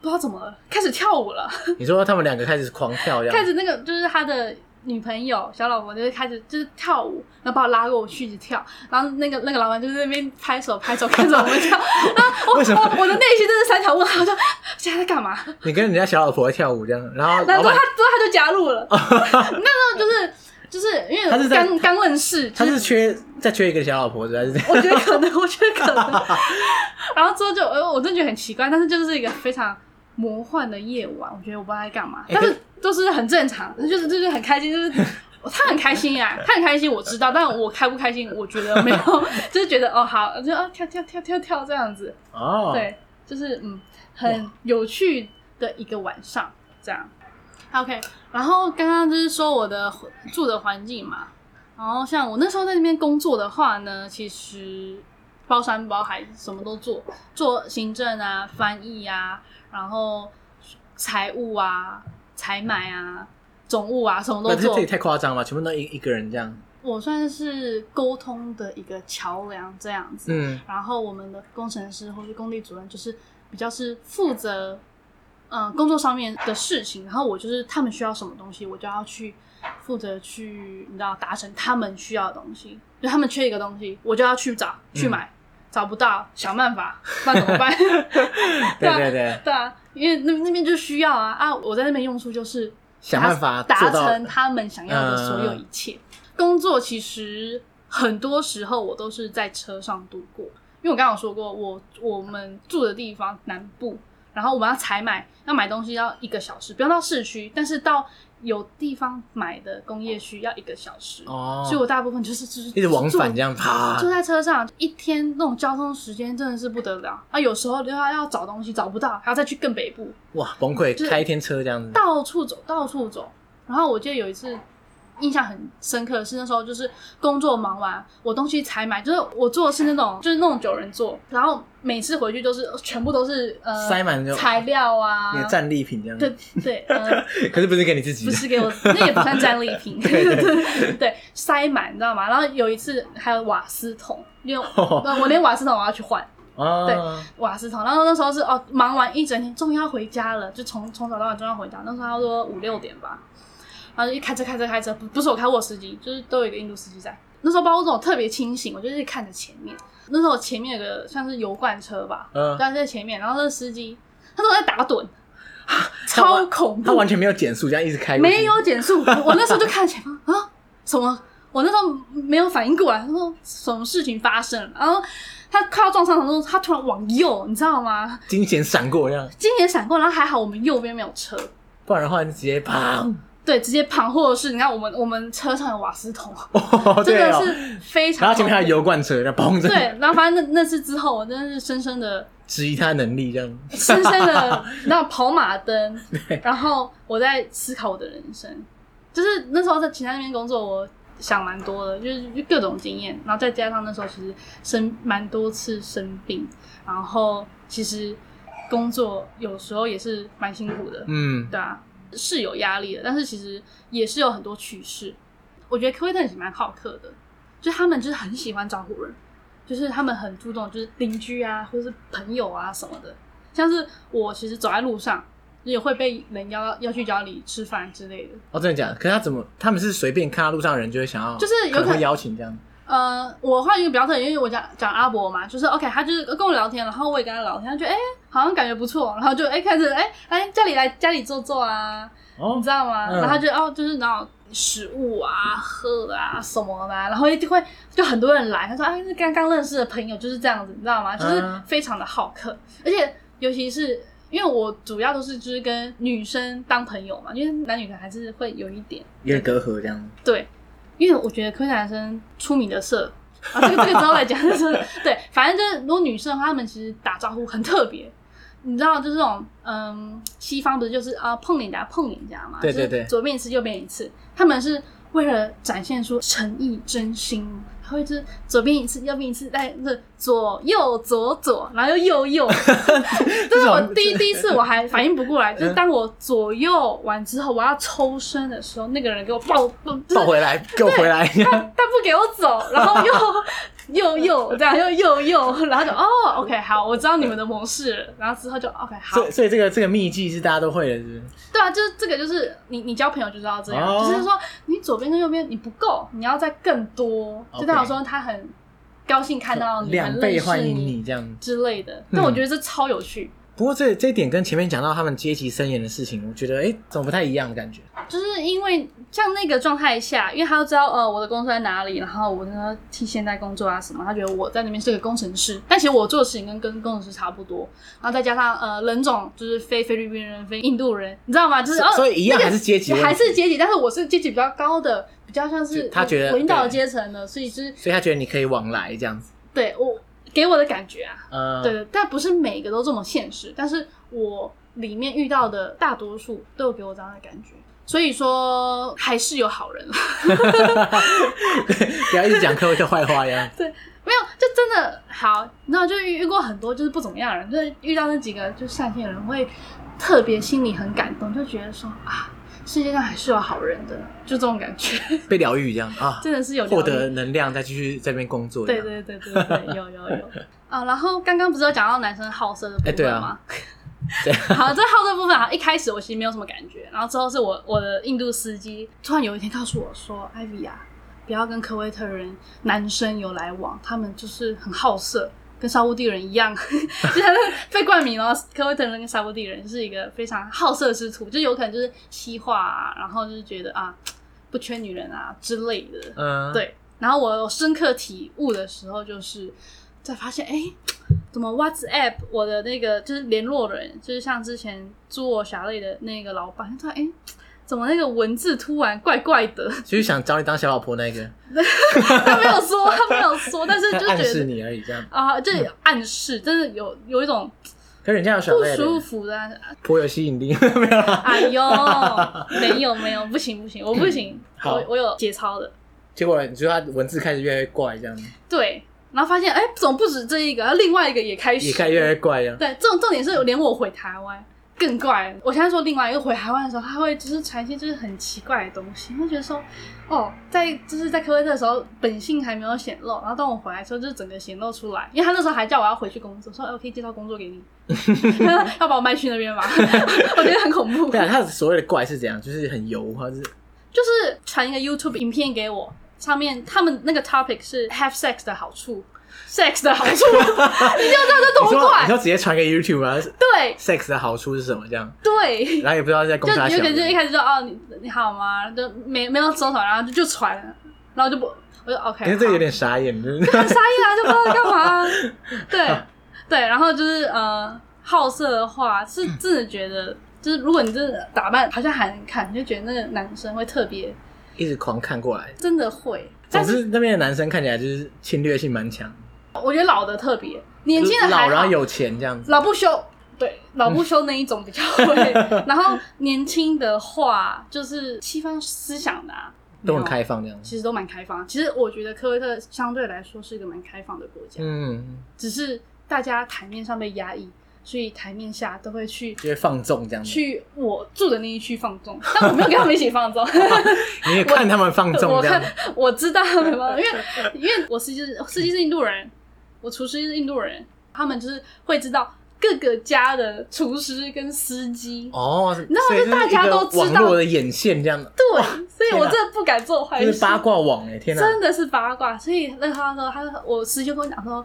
Speaker 2: 不知道怎么了，开始跳舞了，
Speaker 1: 你说他们两个开始狂跳这
Speaker 2: 开
Speaker 1: 样，
Speaker 2: 始那个就是他的女朋友小老婆，就是开始就是跳舞，然后把我拉过去一起跳，然后那个那个老板就在那边拍手拍手看着我们跳，然 后我
Speaker 1: 为什么
Speaker 2: 我我的内心真是三条问号，就现在在干嘛？
Speaker 1: 你跟人家小老婆跳舞这样，然后老
Speaker 2: 然后之后
Speaker 1: 板
Speaker 2: 他之后他就加入 了，那时候就是就是因
Speaker 1: 他是
Speaker 2: 为
Speaker 1: 在
Speaker 2: 刚刚问世，
Speaker 1: 他
Speaker 2: 就是
Speaker 1: 缺再缺一个小老婆，还是这样？
Speaker 2: 我觉得可能，我觉得可能。 然后之后就，呃，我真的觉得很奇怪，但是就是一个非常魔幻的夜晚，我觉得我不知道在干嘛，
Speaker 1: 欸
Speaker 2: 但
Speaker 1: 可
Speaker 2: 哎是都是很正常，就是就是很开心，就是。他很开心呀、他很开心，我知道，但我开不开心，我觉得没有， 就是觉得哦好，就啊跳跳跳跳跳这样子，
Speaker 1: 哦，，
Speaker 2: 对，就是嗯，很有趣的一个晚上这样。OK，然后刚刚就是说我的住的环境嘛，然后像我那时候在那边工作的话呢，其实包山包海，什么都做，做行政啊、翻译啊，然后财务啊、采买啊、总务啊，什么
Speaker 1: 那
Speaker 2: 都
Speaker 1: 这
Speaker 2: 做
Speaker 1: 这也。太夸张了，全部都一一个人这样。
Speaker 2: 我算是沟通的一个桥梁这样子。
Speaker 1: 嗯，
Speaker 2: 然后我们的工程师或是工地主任就是比较是负责，嗯、工作上面的事情。然后我就是他们需要什么东西，我就要去负责去，你知道达成他们需要的东西。就他们缺一个东西，我就要去找去买，
Speaker 1: 嗯
Speaker 2: 找不到想办法，那怎么办？
Speaker 1: 对
Speaker 2: 啊
Speaker 1: 对对，
Speaker 2: 对啊，因为那那边就需要啊啊！我在那边用处就是
Speaker 1: 想办法
Speaker 2: 达
Speaker 1: 做到嗯
Speaker 2: 成他们想要的所有一切。工作其实很多时候我都是在车上度过，因为我刚刚有说过，我我们住的地方南部，然后我们要采买要买东西要一个小时，不用到市区，但是到有地方买的工业区要一个小时。
Speaker 1: 哦，
Speaker 2: 所以我大部分就是就是
Speaker 1: 一直往返
Speaker 2: 坐
Speaker 1: 这样爬
Speaker 2: 坐在车上一天那种交通时间真的是不得了啊！有时候就要要找东西找不到，还要再去更北部，
Speaker 1: 哇，崩溃
Speaker 2: 就，是
Speaker 1: 开一天车这样子。
Speaker 2: 到处走，到处走。然后我记得有一次印象很深刻的是那时候就是工作忙完，我东西才买，就是我做的是那种就是那种九人座，然后每次回去都是全部都是呃
Speaker 1: 塞满就
Speaker 2: 材料啊
Speaker 1: 你的，战利品这样
Speaker 2: 对
Speaker 1: 子，
Speaker 2: 对呃
Speaker 1: 可是不是给你自己
Speaker 2: 不
Speaker 1: 的，
Speaker 2: 是给我，那也不算战利品，
Speaker 1: 对
Speaker 2: 对塞满，你知道吗？然后有一次还有瓦斯桶，因为
Speaker 1: 哦，
Speaker 2: 那我连瓦斯桶我要去换
Speaker 1: 哦
Speaker 2: 瓦斯桶，然后那时候是哦，忙完一整天，终于要回家了，就从从早到晚终于要回家。那时候差不多五六点吧，然后就一开车开车开车，不不是我开我有司机，就是都有一个印度司机在。那时候包括这种特别清醒，我就是看着前面。那时候前面有个像是油罐车吧，
Speaker 1: 嗯
Speaker 2: 就在这前面，然后那个司机他都在打盹，
Speaker 1: 他完
Speaker 2: 超恐
Speaker 1: 他
Speaker 2: 怖
Speaker 1: 完，全没有减速，这样一直开过去，
Speaker 2: 没有减速。我我那时候就看前方啊，什么？我那时候没有反应过来，他说什么事情发生了，然后他快要撞上的时候，他突然往右，你知道吗？
Speaker 1: 金钱闪过这样，
Speaker 2: 今年闪过，然后还好我们右边没有车，
Speaker 1: 不然的话你直接 砰，
Speaker 2: 对，直接旁或者是你看我们我们车上有瓦斯桶，
Speaker 1: 哦，对
Speaker 2: 真的
Speaker 1: 哦，
Speaker 2: 是非常
Speaker 1: 然后前面还有
Speaker 2: 恐
Speaker 1: 油罐车，然后砰，这
Speaker 2: 怖
Speaker 1: 样
Speaker 2: 对，然后反正那那次之后，我真的是深深的
Speaker 1: 质疑他的能力这样，
Speaker 2: 深深的那跑马灯，然后我在思考我的人生，就是那时候在其他那边工作，我想蛮多的，就是就各种经验，然后再加上那时候其实生蛮多次生病，然后其实工作有时候也是蛮辛苦的，
Speaker 1: 嗯，
Speaker 2: 对啊，是有压力的，但是其实也是有很多趣事。我觉得科威特也是蛮好客的，就是他们就是很喜欢照顾人，就是他们很注重就是邻居啊，或是朋友啊什么的。像是我其实走在路上也会被人邀要去家里吃饭之类的，
Speaker 1: 哦，真的假的？可是他怎么？他们是随便看到路上的人就会想要，
Speaker 2: 就是有
Speaker 1: 可能
Speaker 2: 可
Speaker 1: 会邀请这样。
Speaker 2: 呃，我换一个比较特别，因为我讲讲阿伯嘛，就是 OK，他就是跟我聊天，然后我也跟他聊天，他觉得哎、好像感觉不错，然后就哎、开始哎来家里来家里坐坐啊，
Speaker 1: 哦
Speaker 2: 你知，道吗？
Speaker 1: 嗯
Speaker 2: 然后就哦，就是那种食物啊、喝啊什么的啊、然后就会就很多人来，他说啊，是刚刚认识的朋友就是这样子，你知道吗？就是
Speaker 1: 嗯
Speaker 2: 非常的好客，而且尤其是因为我主要都是就是跟女生当朋友嘛，因为男女可能还是会有一点
Speaker 1: 有点隔阂这样。
Speaker 2: 对，因为我觉得科技男生出名的色。啊，这个这个之后来讲，就是对，反正就是如果女生的话，她们其实打招呼很特别，你知道，就是这种嗯，西方不是就是啊碰脸颊碰脸颊嘛，
Speaker 1: 对对
Speaker 2: 就是
Speaker 1: 对
Speaker 2: 左边一次右边一次，他们是为了展现出诚意真心，还会就是左边一次右边一次，再是左右左左，然后又右 右，就是我第一第一次我还反应不过来，
Speaker 1: 嗯
Speaker 2: 就是当我左右完之后，我要抽身的时候，那个人给我抱抱，就是
Speaker 1: 抱回来，给我回来。
Speaker 2: 他他不给我走，然后 又又又这样又又又，然后就哦，OK，好，我知道你们的模式了，然后之后就 OK，好
Speaker 1: 所以，，所以这个这个秘技是大家都会的，是不是？
Speaker 2: 对啊，就是这个就是你你交朋友就知道这样，
Speaker 1: 哦
Speaker 2: 就是说你左边跟右边你不够，你要再更多，就
Speaker 1: OK
Speaker 2: 代表说他很高兴看到哦你，
Speaker 1: 两
Speaker 2: 很
Speaker 1: 倍
Speaker 2: 认识
Speaker 1: 欢迎你嗯这样。
Speaker 2: 之类的，但我觉得这超有趣，
Speaker 1: 不过这这一点跟前面讲到他们阶级森严的事情，我觉得哎、诶怎么不太一样的感觉？
Speaker 2: 就是因为像那个状态下，因为他都知道呃我的公司在哪里，然后我呢替现在工作啊什么，他觉得我在那边是个工程师，但其实我做的事情跟跟工程师差不多，然后再加上呃人种就是非菲律宾人、非印度人，你知道吗？就是哦
Speaker 1: 所以一样
Speaker 2: 那个
Speaker 1: 还是阶级问题
Speaker 2: 还是阶级，但是我是阶级比较高的，比较像
Speaker 1: 就是他觉得
Speaker 2: 我领导的阶层的，所以就是
Speaker 1: 所以他觉得你可以往来这样子。
Speaker 2: 对我给我的感觉啊，
Speaker 1: 呃，
Speaker 2: 对，但不是每个都这么现实，但是我里面遇到的大多数都有给我这样的感觉，所以说还是有好人，
Speaker 1: 不要一直讲科威特坏话呀。
Speaker 2: 没有就真的好，你知道就遇遇过很多就是不怎么样的人，就是遇到那几个就善心的人会特别心里很感动，就觉得说啊，世界上还是有好人的，就这种感觉，
Speaker 1: 被疗愈这样啊，
Speaker 2: 真的是有
Speaker 1: 获
Speaker 2: 疗愈
Speaker 1: 得能量再继续在这边工作。
Speaker 2: 对，对对对对，有有 有。啊，然后刚刚不是有讲到男生好色的部
Speaker 1: 哎对
Speaker 2: 分
Speaker 1: 啊
Speaker 2: 吗？
Speaker 1: 对啊
Speaker 2: 好，这好色部分啊好像一开始我其实没有什么感觉，然后之后是我我的印度司机突然有一天告诉我说：“艾比啊，不要跟科威特人男生有来往，他们就是很好色。”跟沙乌地人一样， 就是他被冠名了。科威特人跟沙乌地人是一个非常好色之徒，就有可能就是西化啊，然后就是觉得啊，不缺女人啊之类的。
Speaker 1: 嗯，，
Speaker 2: 对，然后我有深刻体悟的时候，就是在发现，哎、怎么 WhatsApp 我的那个就是联络人，就是像之前租我小类的那个老板，他突然哎、怎么那个文字突然怪怪的？
Speaker 1: 就是想找你当小老婆那个，
Speaker 2: 他没有说，他没有说，但是就
Speaker 1: 他暗
Speaker 2: 觉
Speaker 1: 示
Speaker 2: 得
Speaker 1: 你而已这样。
Speaker 2: 啊，这暗示真的有有一种
Speaker 1: 可是人家有小
Speaker 2: 不
Speaker 1: 妹
Speaker 2: 舒
Speaker 1: 的，
Speaker 2: 服的暗示，
Speaker 1: 颇有吸引力， 没有啦。
Speaker 2: 哎呦，没有没有，不行不行，我不行，
Speaker 1: 嗯好
Speaker 2: 我我有节操的。
Speaker 1: 结果你说他文字开始越来越怪，这样
Speaker 2: 对，然后发现哎、怎么不止这一个，另外一个也开始，
Speaker 1: 也开始越来越怪呀。
Speaker 2: 对，重重点是连我回台湾更怪。我现在说另外一个回台湾的时候，他会就是传一些就是很奇怪的东西，会觉得说，哦，在就是在科威特的时候本性还没有显露，然后当我回来之后就是整个显露出来，因为他那时候还叫我要回去工作，说、哎我可以介绍工作 给你， 要把我卖去那边吧， 我觉得很恐怖。
Speaker 1: 对啊，他所谓的怪是怎样？就是很油，或者是
Speaker 2: 就是传一个 YouTube 影片给我，上面他们那个 topic 是 have sex 的好处。sex 的好处，你就 知道这
Speaker 1: 你说
Speaker 2: 多
Speaker 1: 你
Speaker 2: 怪
Speaker 1: 说。直接传给 YouTube 啊
Speaker 2: 对
Speaker 1: ，sex 的好处是什么？这样，
Speaker 2: 对，
Speaker 1: 然后也不知道在
Speaker 2: 就
Speaker 1: 攻啥小
Speaker 2: 有可能就一
Speaker 1: 的。
Speaker 2: 开始就哦你你好吗？就没没有收手，然后就就传了，然后就不我就 OK，
Speaker 1: 因为这个
Speaker 2: 好
Speaker 1: 有点傻眼，就是
Speaker 2: 很傻眼啊，就不知道在干嘛。对对，然后就是呃，好色的话是
Speaker 1: 嗯
Speaker 2: 真的觉得，就是如果你真的打扮好像还能看，你就觉得那个男生会特别，
Speaker 1: 一直狂看过来。
Speaker 2: 真的会。
Speaker 1: 总
Speaker 2: 但是
Speaker 1: 之，那边的男生看起来就是侵略性蛮强，
Speaker 2: 我觉得老的特别，年轻的还
Speaker 1: 老
Speaker 2: 好
Speaker 1: 然后有嗯钱这样子。
Speaker 2: 老不休，对，老不休那一种比较会。 然后年轻的话，就是西方思想的、啊、
Speaker 1: 都很
Speaker 2: 没有
Speaker 1: 开放这样子。
Speaker 2: 其实都蛮开放。其实我觉得科威特相对来说是一个蛮开放的国家，
Speaker 1: 嗯，
Speaker 2: 只是大家台面上被压抑，所以台面下都会去
Speaker 1: 就会放纵这样子。
Speaker 2: 去我住的那一区放纵， 但我没有跟他们一起 放纵。
Speaker 1: 你也看他们放纵
Speaker 2: 我
Speaker 1: 这样
Speaker 2: 看
Speaker 1: 子，
Speaker 2: 我知道他们吗？因为因为我司机是司机是印度人，我厨师是印度人，他们就是会知道各个家的厨师跟司机。
Speaker 1: 哦，
Speaker 2: 那
Speaker 1: 所以
Speaker 2: 就大
Speaker 1: 是一
Speaker 2: 家
Speaker 1: 个
Speaker 2: 都知
Speaker 1: 网
Speaker 2: 道
Speaker 1: 络的眼线这样的，
Speaker 2: 对，所以
Speaker 1: 天
Speaker 2: 我
Speaker 1: 哪
Speaker 2: 真的不敢做坏
Speaker 1: 就
Speaker 2: 事，
Speaker 1: 是八卦网哎，天哪！
Speaker 2: 真的是八卦。所以那个他说，他说我师兄跟我讲说，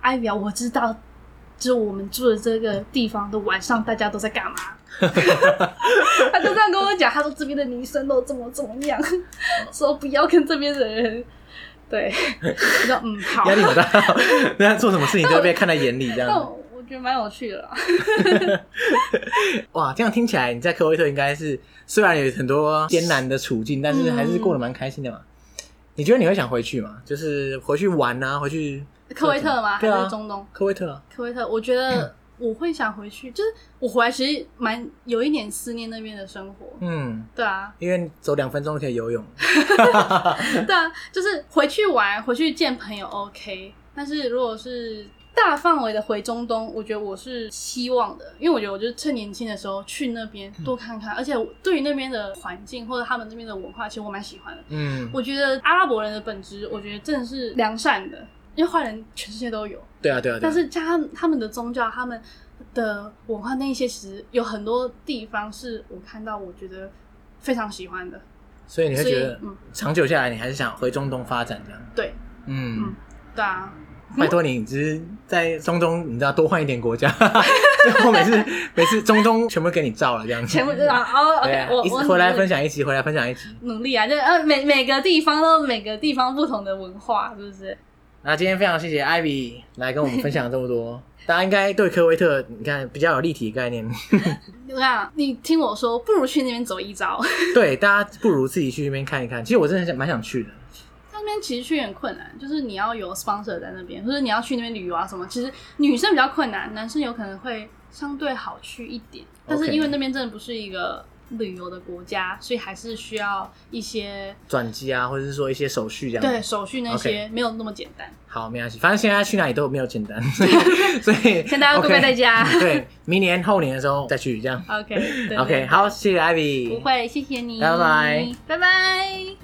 Speaker 2: 艾表我知道，就我们住的这个地方的晚上大家都在干嘛。 他就这样跟我讲，他说这边的女生都怎么怎么样， 说不要跟这边的人。对， 我说嗯好
Speaker 1: 压。力好大， 那他做什么事情都会被看在眼里这
Speaker 2: 那
Speaker 1: 样子。
Speaker 2: 我我觉得蛮有趣的啦，
Speaker 1: 哇，这样听起来你在科威特应该是虽然有很多艰难的处境，但是
Speaker 2: 嗯
Speaker 1: 还是过得蛮开心的嘛。你觉得你会想回去吗？就是回去玩啊，回去
Speaker 2: 科威特吗？还
Speaker 1: 对啊嗯
Speaker 2: 是中东？
Speaker 1: 科威特啊，
Speaker 2: 科威特，我觉得我会想回去，就是我回来其实蛮有一点思念那边的生活。
Speaker 1: 嗯，
Speaker 2: 对啊，
Speaker 1: 因为走两分钟就可以游泳，
Speaker 2: 对啊，就是回去玩、回去见朋友 OK，但是如果是大范围的回中东，我觉得我是希望的，因为我觉得我就是趁年轻的时候去那边多看
Speaker 1: 嗯
Speaker 2: 看，而且我对于那边的环境或者他们那边的文化，其实我蛮喜欢的。
Speaker 1: 嗯，
Speaker 2: 我觉得阿拉伯人的本质，我觉得真的是良善的，因为坏人全世界都有。
Speaker 1: 对啊，对啊，对
Speaker 2: 但
Speaker 1: 啊，
Speaker 2: 是像他们他们的宗教、他们的文化那一些，其实有很多地方是我看到我觉得非常喜欢的。
Speaker 1: 所以你会
Speaker 2: 所以
Speaker 1: 觉得
Speaker 2: 嗯
Speaker 1: 长久下来，你还是想回中东发展这样，
Speaker 2: 对，
Speaker 1: 嗯
Speaker 2: 嗯。对啊，
Speaker 1: 拜托你，只是在中东，你知道多换一点国 家，我每次每次中东全部给你照了这样子。
Speaker 2: 全部 就是啊哦
Speaker 1: 对啊
Speaker 2: ，OK，我
Speaker 1: 一直
Speaker 2: 我
Speaker 1: 回来
Speaker 2: 努力
Speaker 1: 分享一集，回来分享一集。
Speaker 2: 努力啊，就呃每每个地方都有每个地方不同的文化，是不是？
Speaker 1: 那今天非常谢谢 Ivy 来跟我们分享这么多， 大家应该对科威特你看比较有立体概念。
Speaker 2: 我想你听我说，不如去那边走一遭。
Speaker 1: 对，大家不如自己去那边看一看。其实我真的想蛮想去的，
Speaker 2: 那边其实去很困难，就是你要有 sponsor 在那边，或者你要去那边旅游啊什么。其实女生比较困难，男生有可能会相对好去一点。但是
Speaker 1: OK
Speaker 2: 因为那边真的不是一个旅游的国家，所以还是需要一些
Speaker 1: 转机啊，或者是说一些手续这样。
Speaker 2: 对，手续那些没有那么简单。
Speaker 1: 好，没关系，反正现在去哪里都没有简 单，所以所以
Speaker 2: 现在要乖乖在
Speaker 1: OK，
Speaker 2: 家。
Speaker 1: 对，明年后年的时候再去这样。
Speaker 2: OK 对
Speaker 1: OK，好，谢谢 Ivy。
Speaker 2: 不会，谢谢你，
Speaker 1: 拜拜，
Speaker 2: 拜拜。